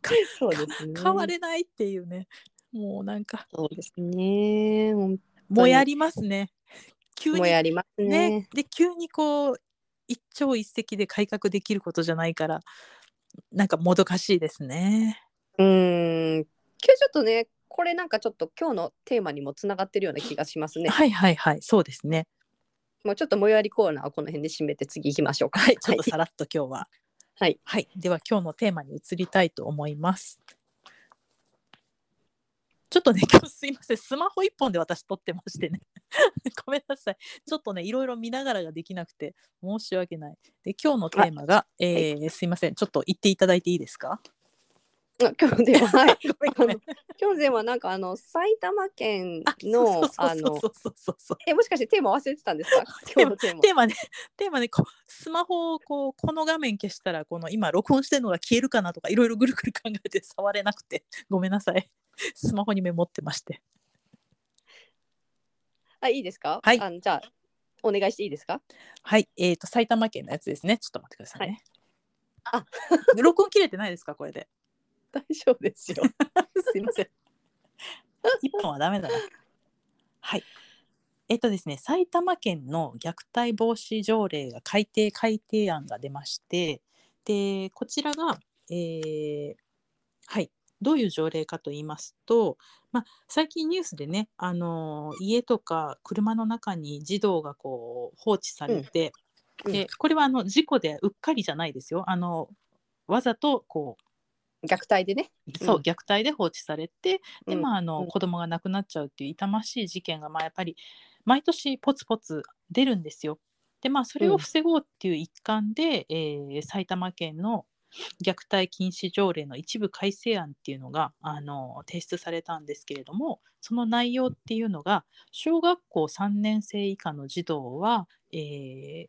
そうですね。
変われないっていうねもうなんか
そうですね。ほん
もやりますね急に
もやりますね。
ねで急にこう一朝一夕で改革できることじゃないからなんかもどかしいですね。
うーん。今日ちょっとね、これなんかちょっと今日のテーマにもつながってるような気がしますね。
はいはいはいそうですね。
もうちょっともやりコーナーはこの辺で締めて次行きましょうか。
はい、ちょっとさらっと今日は。
はい、
はい、では今日のテーマに移りたいと思います。ちょっとね、 今日すいません、スマホ一本で私撮ってましてね。 ごめんなさい。ちょっとね、いろいろ見ながらができなくて申し訳ない。で、今日のテーマが、えーすいません、ちょっと言っていただいていいですか
あ 今日のテーマ、はい
ごめんごめん
今日のテーマはなんかあの埼玉県
あ、そ
の
う
あ
そう
の
そうそうそうそう。
えもしかしてテーマ忘れてた んですか？今日のテーマ。
テーマね、 テーマね、こうスマホをこうこの画面消したら、この今録音してるのが消えるかなとか、いろいろぐるぐる考えて触れなくて、 ごめんなさい。スマホにメモってまして。
あいいですか？
はい
あのじゃあお願いしていいです か？
はい、えっ、と、埼玉県のやつですね。ちょっと待ってくださいね。
はい
あ録音切れてないですか、これで。
大丈夫 ですよ。
すいません。一本はダメだな。はい。えっとですね、埼玉県の虐待防止条例が改定改定案が出まして、で、こちらが、えーはい、どういう条例かと言いますと、まあ、最近ニュースでね、あのー家とか車の中に児童がこう放置されて、
うん
でこれはあの事故でうっかりじゃないですよ。あのわざとこう
虐待でね。
そう、
うん
虐待で放置されてで、
うん
まあ、あの
うん
子供が亡くなっちゃうっていう痛ましい事件が、まあ、やっぱり毎年ポツポツ出るんですよ。でまあそれ
うん
を防ごうっていう一環で、えー埼玉県の虐待禁止条例の一部改正案っていうのがあの提出されたんですけれどもその内容っていうのが小学校3年生以下の児童は、えー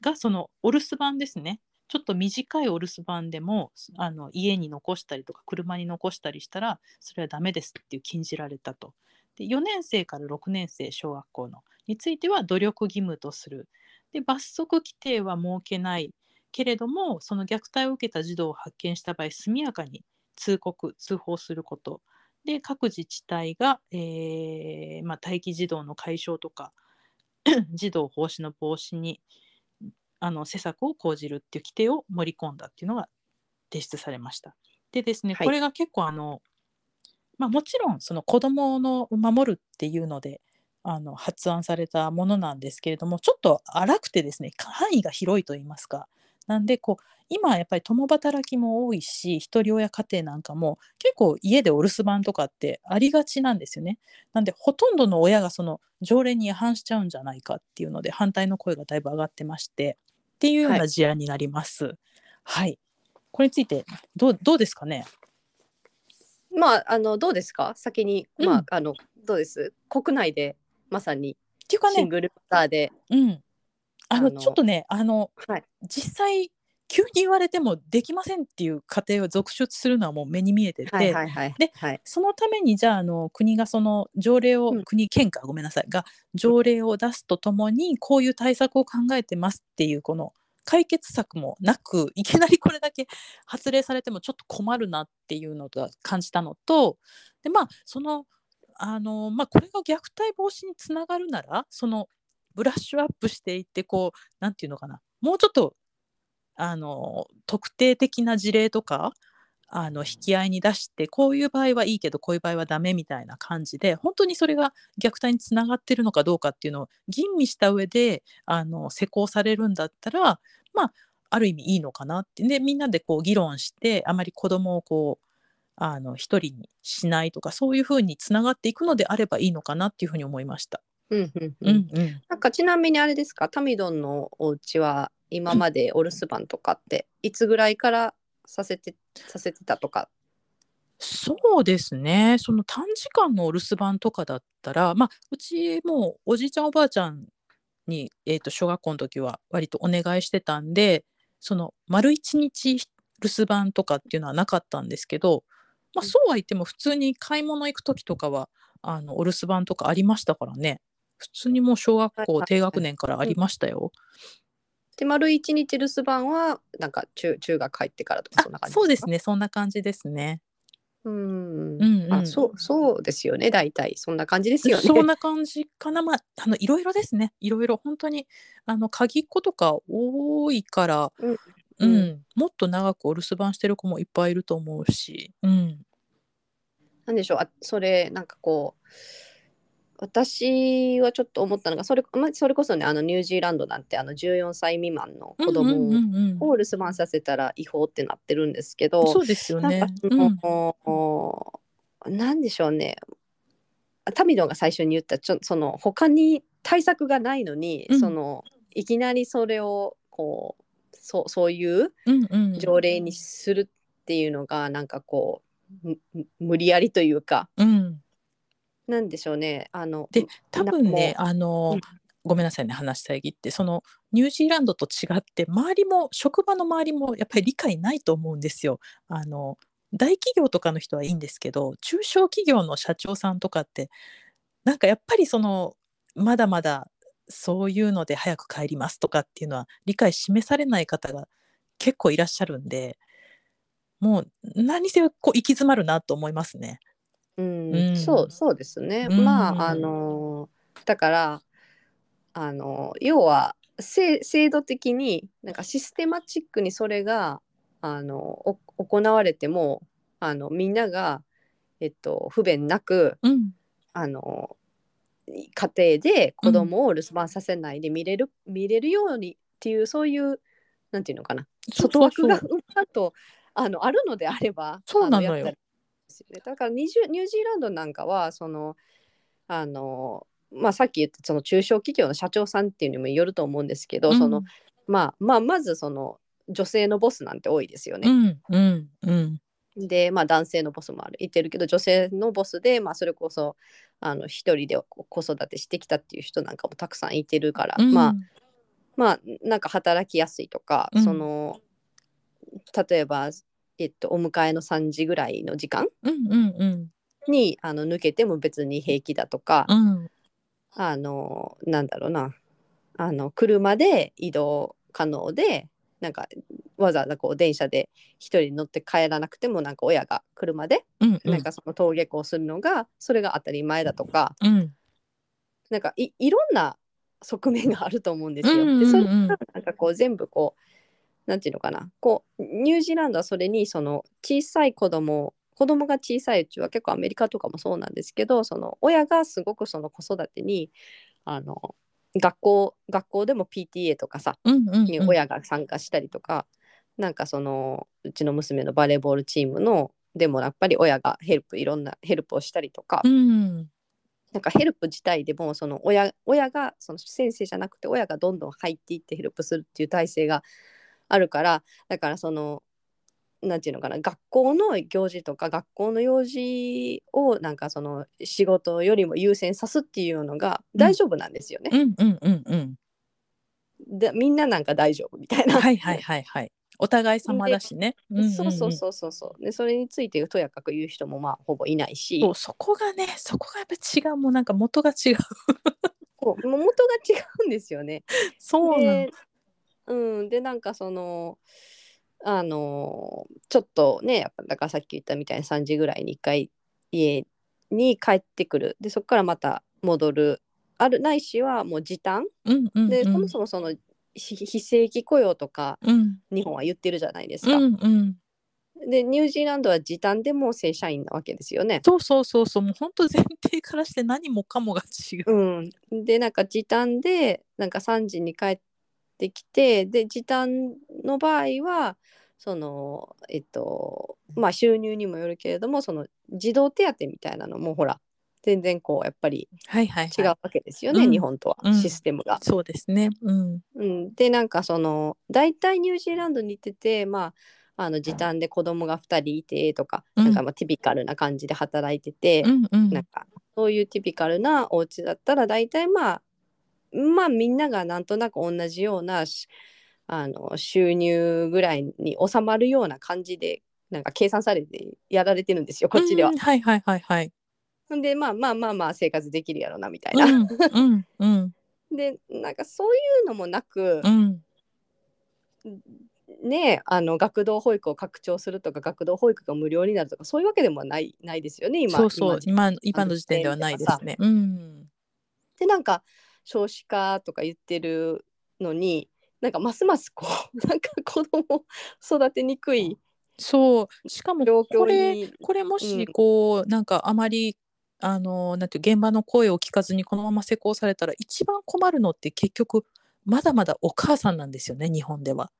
がそのお留守番ですねちょっと短いお留守番でもあの家に残したりとか車に残したりしたらそれはダメですっていう禁じられたと。で4年生から6年生小学校のについては努力義務とする。で罰則規定は設けないけれどもその虐待を受けた児童を発見した場合速やかに通告通報すること。で各自治体が、えーまあ、待機児童の解消とか 児童放置の防止にあの施策を講じるっていう規定を盛り込んだっていうのが提出されました。でですね、
はい
これが結構あの、まあ、もちろんその子どもの守るっていうのであの発案されたものなんですけれどもちょっと荒くてですね範囲が広いと言いますか。なんでこう今やっぱり共働きも多いしひとり親家庭なんかも結構家でお留守番とかってありがちなんですよね。なんでほとんどの親がその条例に違反しちゃうんじゃないかっていうので反対の声がだいぶ上がってましてっていうよう
は
な事案になります。はい、これについてどうどうですかね
まあ、あの、どうですか先に、
うん
まあ、あの、どうです国内で、まさに、
っていうか
シン
ね、
グルマザーで、
うん、あの
あの
ちょっとねあの
はい。
実際急に言われてもできませんっていう家庭を続出するのはもう目に見えてて、
はいはいはい。
で
はい。
そのためにじゃああの国がその条例を、
うん
国県かごめんなさいが条例を出すとともにこういう対策を考えてますっていうこの解決策もなくいきなりこれだけ発令されてもちょっと困るなっていうのが感じたのとでまあそのあの、まあ、これが虐待防止につながるならそのブラッシュアップしていってこうなんていうのかなもうちょっとあの特定的な事例とかあの引き合いに出してこういう場合はいいけどこういう場合はダメみたいな感じで本当にそれが虐待につながってるのかどうかっていうのを吟味した上であの施行されるんだったらまあある意味いいのかなってでみんなでこう議論してあまり子供をこうあの一人にしないとかそういうふうにつながっていくのであればいいのかなっていうふうに思いました。
うんうん
う
うん。
んうん、
なんかちなみにあれですか、タミドンのお家は今までお留守番とかっていつぐらいからさせてさせてたとか。
そうですねその短時間のお留守番とかだったら、まあ、うちもうおじいちゃんおばあちゃんに、えー、と小学校の時は割とお願いしてたんでその丸一日留守番とかっていうのはなかったんですけど、まあ、そうは言っても普通に買い物行く時とかはあのお留守番とかありましたからね普通にもう小学
はいはい
校
はい
低学年からありましたよ。
で丸一日留守番はなんか中中学入ってからとか
あ
そんな感じ
そうです
ね。
ねそんな感じですね。
う
う
ん。
んうん、
あそうそうですよね大体そんな感じですよね。
そんな感じかな、まあ、あのいろいろですねいろいろ本当にあの鍵っ子とか多いから、
うん
うん
う
もっと長くお留守番してる子もいっぱいいると思うし、うん、
なんでしょうあそれなんかこう私はちょっと思ったのがそれ,、まあ、それこそねあのニュージーランドなんてあの14歳未満の子供を、
うんうんうんうん
を留守番させたら違法ってなってるんですけど
そうですよね
なんか。そ
うん
の、なんでしょうねタミドンが最初に言ったちょその他に対策がないのに、
うん
そのいきなりそれをこうそうそういう
うんうん
条例にするっていうのがなんかこう、む無理やりというか
うん、
なんでしょうねあの
で多分ね
な
あの、
うん
ごめんなさいね話遮ってそのニュージーランドと違って周りも職場の周りもやっぱり理解ないと思うんですよ。あの大企業とかの人はいいんですけど中小企業の社長さんとかってなんかやっぱりそのまだまだそういうので早く帰りますとかっていうのは理解示されない方が結構いらっしゃるんでもう何せこう行き詰まるなと思いますね。
うん
うん
そうそうですね、
うん
まああのだからあの要は制制度的になんかシステマチックにそれがあのお行われてもあのみんなが、えっと、不便なく
うん、
あの家庭で子供を留守番させないで見れる、見れるようにっていうそういうなんていうのかな外枠がうんあとあのあるのであれば
そうなのよ
あやったらいいですよねだからニュージーニュージーランドなんかはそのあの、まあ、さっき言ったその中小企業の社長さんっていうのにもよると思うんですけど、そのまあ、まあまずその女性のボスなんて多いですよ
う
ね。
んうんうん
で、まあ、男性のボスもあるいてるけど女性のボスで、まあ、それこそあの一人でこ子育てしてきたっていう人なんかもたくさんいてるから、
うん、
まあまあなんか働きやすいとか、
うん
その例えば、えっと、お迎えの3時ぐらいの時間
うんうんうん
にあの抜けても別に平気だとか、
うん
あのなんだろうなあの車で移動可能でなんかわざわざこう電車で一人乗って帰らなくてもなんか親が車で
うん
なんかその登下校するのが、それが当たり前だとか
うん
なんかいいろんな側面があると思うんです
う
よ。
んうんうん
でそれがなんかこう全部こうなんていうのかなこうニュージーランドはそれにその小さい子供子供が小さいうちは結構アメリカとかもそうなんですけどその親がすごくその子育てにあの学校学校でも PTA とかさ
うんうん
に親が参加したりとか、なんかそのうちの娘のバレーボールチームのでもやっぱり親がヘルプいろんなヘルプをしたりとか、
うん
なんかヘルプ自体でもその親親がその先生じゃなくて親がどんどん入っていってヘルプするっていう体制があるからだからそのなんていうのかな学校の行事とか学校の用事をなんかその仕事よりも優先さすっていうのが大丈夫なんですよね。
うんうんうんうん
でみんななんか大丈夫みたいな。
はい はいはいはいお互い様だしね、んんん
そうそうそうそうそうでそれについてとやかく言う人もまあほぼいないし
そうそこがねそこがやっぱ違うもうなんか元が違う
こう元が違うんですよね。
そうなの
でうん、でなんかそのあのちょっとねやっぱだからさっき言ったみたいに3時ぐらいに1回家に帰ってくるでそこからまた戻るあるないしはもう時短
うんうんうん
で、そもそもそのひ非正規雇用とか
うん
日本は言ってるじゃないです
う
か、
んうん
でニュージーランドは時短でもう正社員なわけですよね。
そうそうそうそうもう本当前提からして何もかもが違う、
うん、でなんか時短でなんか3時に帰ってきてで時短の場合はそのえっとまあ収入にもよるけれどもその児童手当みたいなのもほら全然こうやっぱり
はいはい、はい、
違うわけですよね、
うん
日本と
う
は
ん
システムが。
そうですねうん
うん、でなんかその大体ニュージーランドに行っててまああの時短で子供が2人いてとか、
うん
なんかまあティピカルな感じで働いてて、
うんうん
なんかそういうティピカルなお家だったら大体まあまあみんながなんとなく同じようなしあの収入ぐらいに収まるような感じでなんか計算されてやられてるんですよこっちでは
うん。はいはいはいはい
ほんでまあまあまあまあ生活できるやろなみたいうな。
んうんうん
でなんかそういうのもなく
う、ん
ねえあの学童保育を拡張するとか学童保育が無料になるとかそういうわけでもないないですよね今。
そうそう
今
今今の時点ではないですねうん
でなんか少子化とか言ってるのになんかますますこう なんか子供を育てにくい
そうしかも
状
こ
況
れ
に
これも
うん
しこう、なんかあまりあのなんていう現場の声を聞かずにこのまま施行されたら一番困るのって結局まだまだお母さんなんですよね日本では。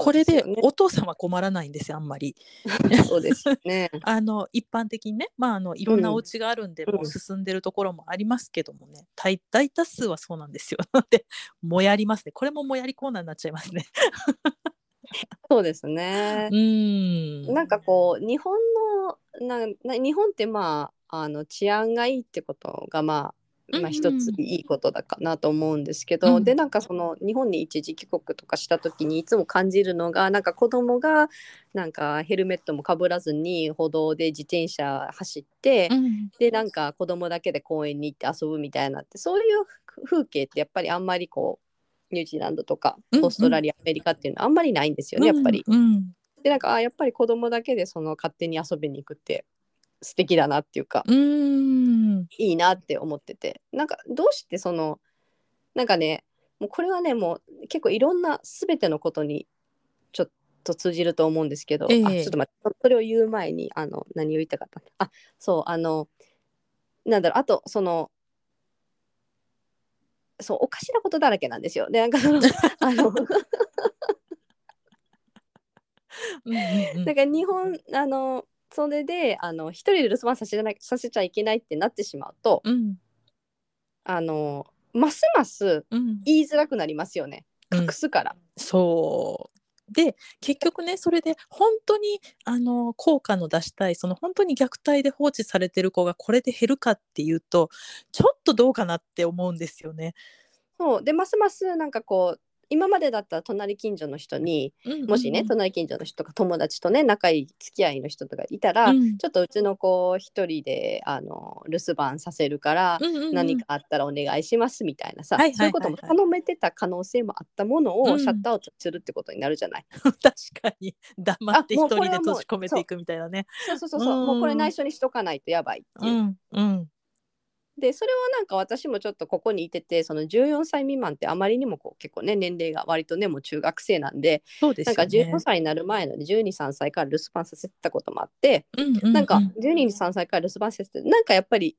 これでお父さんは困らないんですよあんまり。
そうですよ ね。
あの一般的にね、まあ、あのいろんな
うん
お家があるんで、
うん
もう進んでるところもありますけどもね大大多数はそうなんですよ。 なのでもやりますねこれももやりコーナーになっちゃいますね。
そうですね
う。ーん
なんかこう日本のなな日本ってまああの治安がいいってことがまあ、
うんう
まあ、
ん
一ついいことだかなと思うんですけど、
うん
でなんかその日本に一時帰国とかした時にいつも感じるのがなんか子供がなんかヘルメットもかぶらずに歩道で自転車走って、
うん
でなんか子供だけで公園に行って遊ぶみたいなってそういう風景ってやっぱりあんまりこうニュージーランドとか
うんうん
オーストラリア、アメリカっていうのはあんまりないんですよね、やっぱり。
うん
でなんかあやっぱり子供だけでその勝手に遊びに行くって素敵だなっていうか、
うーん
いいなって思っててなんかどうしてそのなんかねもうこれはねもう結構いろんな全てのことにちょっと通じると思うんですけど、
ええ
あちょっと待ってそれを言う前にあの何を言いたかったんだあそうあのなんだろうあとそのそうおかしなことだらけなんですよ。でなんか そのあの
うんうんうん
だから日本あのそれであの一人で留守番させちゃなさせちゃいけないってなってしまうと
うん
あのますます
うん
言いづらくなりますよね
うん
隠すから。
そうで結局ねそれで本当にあの効果の出したいその本当に虐待で放置されてる子がこれで減るかっていうとちょっとどうかなって思うんですよね。
そうでますますなんかこう今までだったら隣近所の人にもしね、隣近所の人とか友達とね仲いい付き合いの人とかいたら、
うん
ちょっとうちの子一人であの留守番させるから、
うんうんうん
何かあったらお願いしますみたいなさ、
はいはいはいはい
そういうことも頼めてた可能性もあったもの
う
を
ん
シャットアウトするってことになるじゃない。
確かに黙って
あも
一
う
人
これ
で
はもう
閉じ込めていくみたいなね。
そうそうそうそうう、
ん
もうこれ内緒にしとかないとやばいっていう。
んうん
で、それはなんか私もちょっとここにいてて、その14歳未満ってあまりにもこう結構ね、年齢が割とね、もう中学生なんで、
そうです
なん
よ
か
ね。
15歳になる前の12、3歳から留守番させてたこともあって、
うんうう
なんか12、3歳から留守番させて、なんかやっぱり、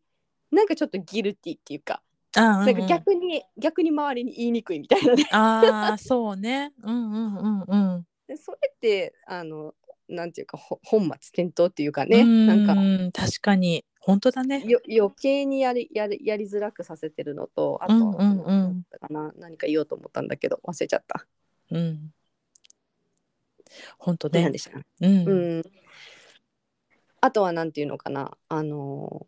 なんかちょっとギルティっていうか、
あー
なん
う
か
んうん
逆に、逆に周りに言いにくいみたいなね。
あーそうね。うんうんうんうん。
でそれって、あの、なんていうか、ほ本末転倒っていうか ね、
う
なんか、
ん確かに本当だね。
よ余計にやりやりやりづらくさせてるのとあと、
うんうんうん
だったかな何か言おうと思ったんだけど忘れちゃった。
うん本当
なん
ね
で。したね
うん
う。ん、あとは何ていうのかなあの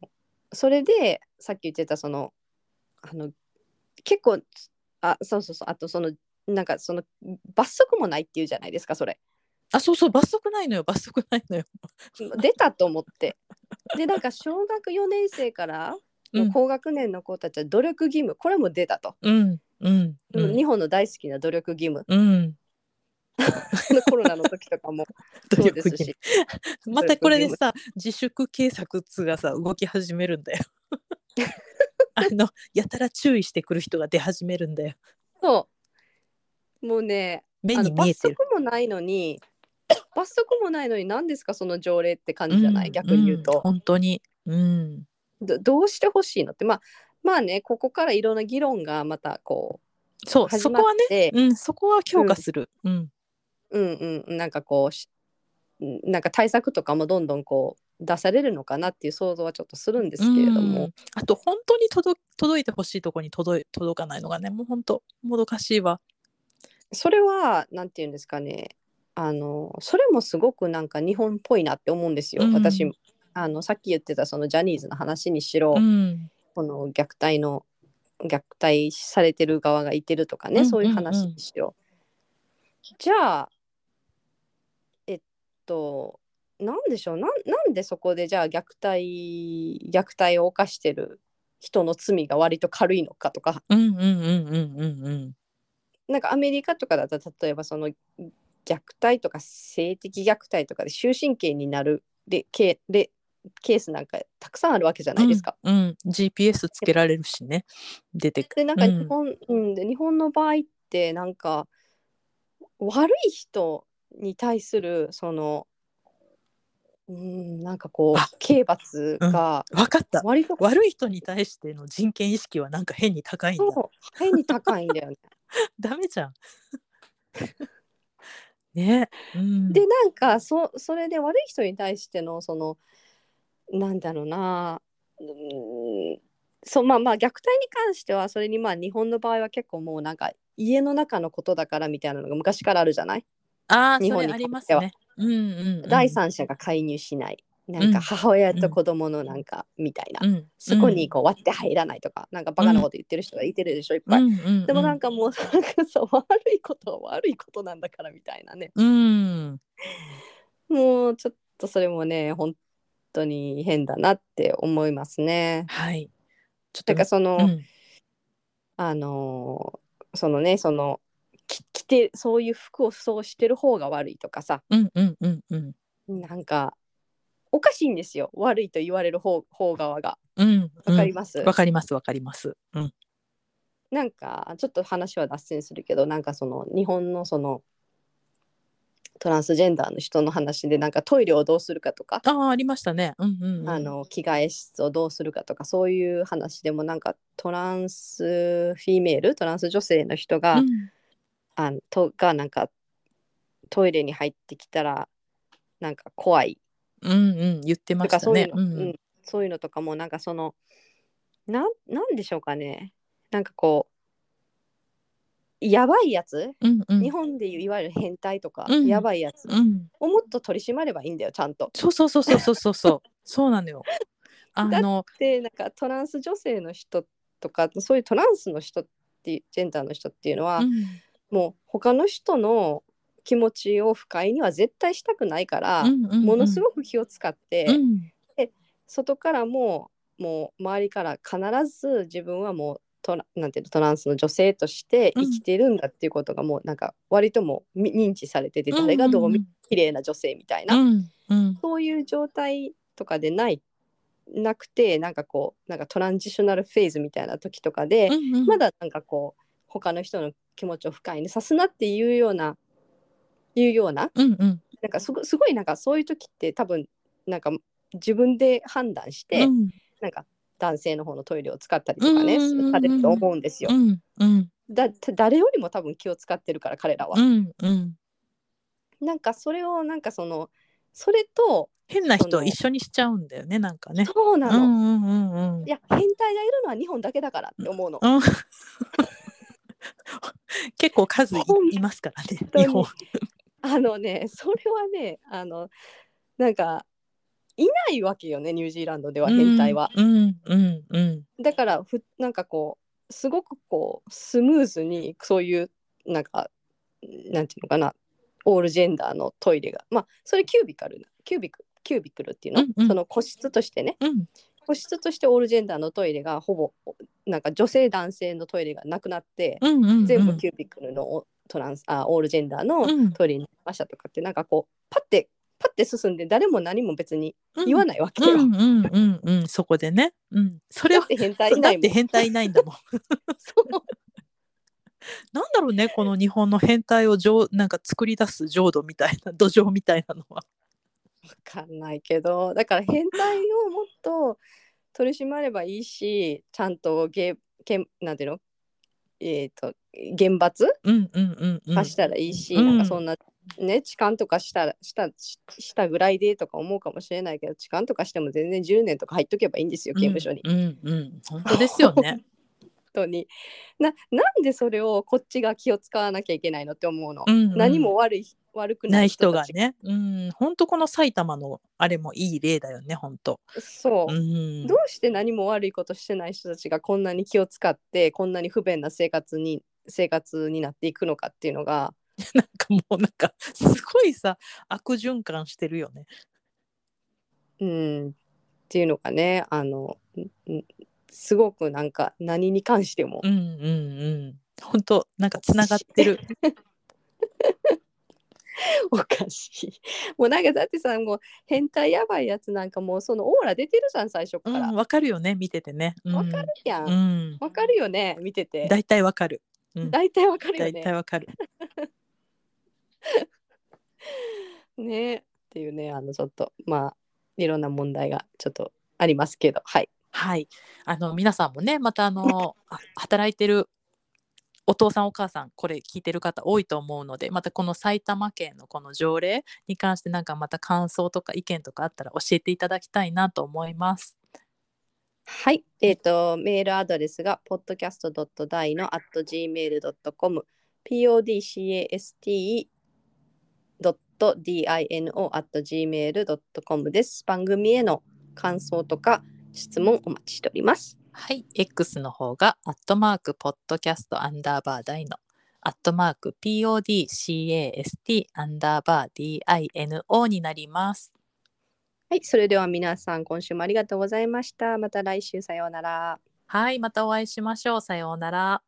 それでさっき言ってたそのあの結構あそうそうそうあとそのなんかその罰則もないっていうじゃないですかそれ
あ、そうそう、罰則ないのよ、罰則ないのよ。
出たと思ってでなんか小学4年生から
う
の
ん
高学年の子たちは努力義務これも出たと、
うん。うん。う
日
ん。
本の大好きな努力義務
うん。
コロナの時と かも
努力
そうで
義
す
務
し
またこれでさ自粛警察がさ動き始めるんだよ あのやたら注意してくる人が出始めるんだよ
そうもうね
目
あ
に
の
見え
罰
てる
則もないのに 罰則もないのに何ですかその条例って感じじゃない、
うん
逆に言うと、
本当にうん
どどうしてほしいのってまあまあねここからいろんな議論がまたこ
そうう
始
そ
まっ
こはね
て
うんそこは強化するうん
ううんうんなんかこうしなんか対策とかもどんどんこう出されるのかなっていう想像はちょっとするんですけれど
う
も
ん、あと本当に届届いてほしいとこに届い届かないのがねもう本当もどかしいわ
それはなんて言うんですかねあのそれもすごくなんか日本っぽいなって思うんですよ、
うん
私あのさっき言ってたそのジャニーズの話にしろ、
うん
この虐待の虐待されてる側がいてるとかね、
うん
そういう
うん
話
うん
にしよう。じゃあえっとなんでしょうなんなんでそこでじゃあ虐待虐待を犯してる人の罪が割と軽いのかとか
うんうんうんうんうんうん
なんかアメリカとかだと例えばその虐待とか性的虐待とかで終身刑になるでけでケースなんかたくさんあるわけじゃないですか。
うん、うん、GPS つけられるしね出てく
でなんか
う
日本、うん、で日本の場合ってなんか悪い人に対するそのうんなんかこ
あ
う刑罰が
わかった
割と、
悪い人に対しての人権意識はなんか変に高いんだ
そう変に高いんだよね。
ダメじゃん ね、うん、
でなんかそそれで悪い人に対してのそのなんだろうなうんそうまあまあ虐待に関してはそれにまあ日本の場合は結構もうなんか家の中のことだからみたいなのが昔からあるじゃない
あー
日
そ
本
れ
に
あります
関
ねうんうんうん、
第三者が介入しない、な
うんん
か母親と子供のなんかみたいな、
うん、うん、
そこにこう割って入らないとか、なんかバカなこと言ってる人がいてるでしょ、いっぱい。
うんうんうん、
でもなんかもうなんかさ悪いことは悪いことなんだからみたいなね
うん
もうちょっとそれもね本当に変だなって思いますね。
はいちょっと
だからその、
うん
あのーそのねそのき着てそういう服をそうしてる方が悪いとかさ
うんうんうんうん
なんかおかしいんですよ悪いと言われる方方側が。
うん
わかります、
わかりますわかりますうん
なんかちょっと話は脱線するけどなんかその日本のそのトランスジェンダーの人の話でなんかトイレをどうするかとか、
ああありましたねうんうんうん
あの着替え室をどうするかとかそういう話でもなんかトランスフィメールトランス女性の人が、
うん
あのとがなんかトイレに入ってきたらなんか怖い
うんうん言ってま
と
し
か
た
そういう
ね
の、
う
うん
ん
そういうのとかもなんかそのなんなんでしょうかねなんかこうやばいやつ
うんうん
日本でいういわゆる変態とか、
うん
やばいやつ
うん
をもっと取り締まればいいんだよちゃんと。
そうそうそうそうそうそうそうそうなの よあの
でなんかトランス女性の人とかそういうトランスの人っていうジェンダーの人っていうのは、
うん
もう他の人の気持ちを不快には絶対したくないから、
うんうんうん
ものすごく気を使って、
うん
外からももう周りから必ず自分はもうトラなんていうのトランスの女性として生きてるんだっていうことがもうなんか割ともうみ認知されてて誰がどう見綺麗な女性みたいな
う。んうん
そういう状態とかでないなくてなんかこうなんかトランジショナルフェーズみたいな時とかで、
うんうん
まだなんかこう他の人の気持ちを不快にさすなっていうようないうような
うんうん
なんかすごすごいなんかそういう時って多分なんか自分で判断して、
うん
なんか男性の方のトイレを使ったりとかね、
うんうんうんうん
されると思うんですよ。
うんうん
だ誰よりも多分気を使ってるから彼らは。
うんうん
なんかそれをなんかそのそれと
変な
そ
人
の
一緒にしちゃうんだよねなんかね
そう
う
なの、
んうんうんうん
いや変態がいるのは日本だけだからって思うの。
うん結構数い
本当に
いますからね
当に
日本
あのねそれはねあのなんかいないわけよねニュージーランドでは変態は。
うんうんうん
だからふなんかこうすごくこうスムーズにそういうなんかなんていうのかなオールジェンダーのトイレがまあそれキュービカルなキュービクキュービクルっていうの、
うんうん
その個室としてね
うん
個室としてオールジェンダーのトイレがほぼなんか女性男性のトイレがなくなって、
うんうん
全部キュービクルのおトランスあオールジェンダーの
うん
トイレになりましたとかってなんかこうパッてパッて進んで誰も何も別に言わ
ない
ないわけ
う
よ。
んうんうんうんそこでねうんそれ
だ
は
って変
だ
態いない
っ
も
て
ん。
変態いないんだもん
そう
なんだろうねこの日本の変態を上なんか作り出す浄土みたいな土壌みたいなのは
わかんないけどだから変態をもっと取り締まればいいしちゃんとゲけんなんていうのえっ、と厳罰
うんうんうんうん
化したらいいし、
うん
なんかそんなね痴漢とかしたらしたししたぐらいでとか思うかもしれないけど痴漢とかしても全然10年とか入っとけばいいんですよ刑務所に。
うんうんうん本当ですよね
本当にななんでそれをこっちが気を使わなきゃいけないのって思うの、
うんうん
何も悪い悪く
な
ないい
人
人
が
たち
ねうん本当この埼玉のあれもいい例だよね本当
そう、
うん
どうして何も悪いことしてない人たちがこんなに気を使ってこんなに不便な生活に生活になっていくのかっていうのが
なんかもうなんかすごいさ悪循環してるよね
うんっていうのがねあのんんすごくなんか何に関しても
うんうんうん本当なんかつながって る
おかしい。 もうなんかだってさもう変態やばいやつなんかもうそのオーラ出てるじゃん最初
う
か
ん
ら。わ、
わかるよね見ててねうん
かるやん。わ
う、ん
かるよね見てて。
大体わかるうん
大体わかるよ
大
ね
体。わかる
ねっていうねあのちょっとまあいろんな問題がちょっとありますけどはい
はい、あの皆さんもねまたあのあ働いてるお父さんお母さんこれ聞いてる方多いと思うのでまたこの埼玉県のこの条例に関してなんかまた感想とか意見とかあったら教えていただきたいなと思います。
はいえっ、とメールアドレスが podcast.dai の at gmail.com podcast .dino at gmail.com です番組への感想とか質問お待ちしております
はい、X の方がアットマークポッドキャストアンダーバー大のアットマーク PODCAST アンダーバー DINO になります。
はいそれでは皆さん今週もありがとうございましたまた来週さようなら
はい、またお会いしましょう。さようなら。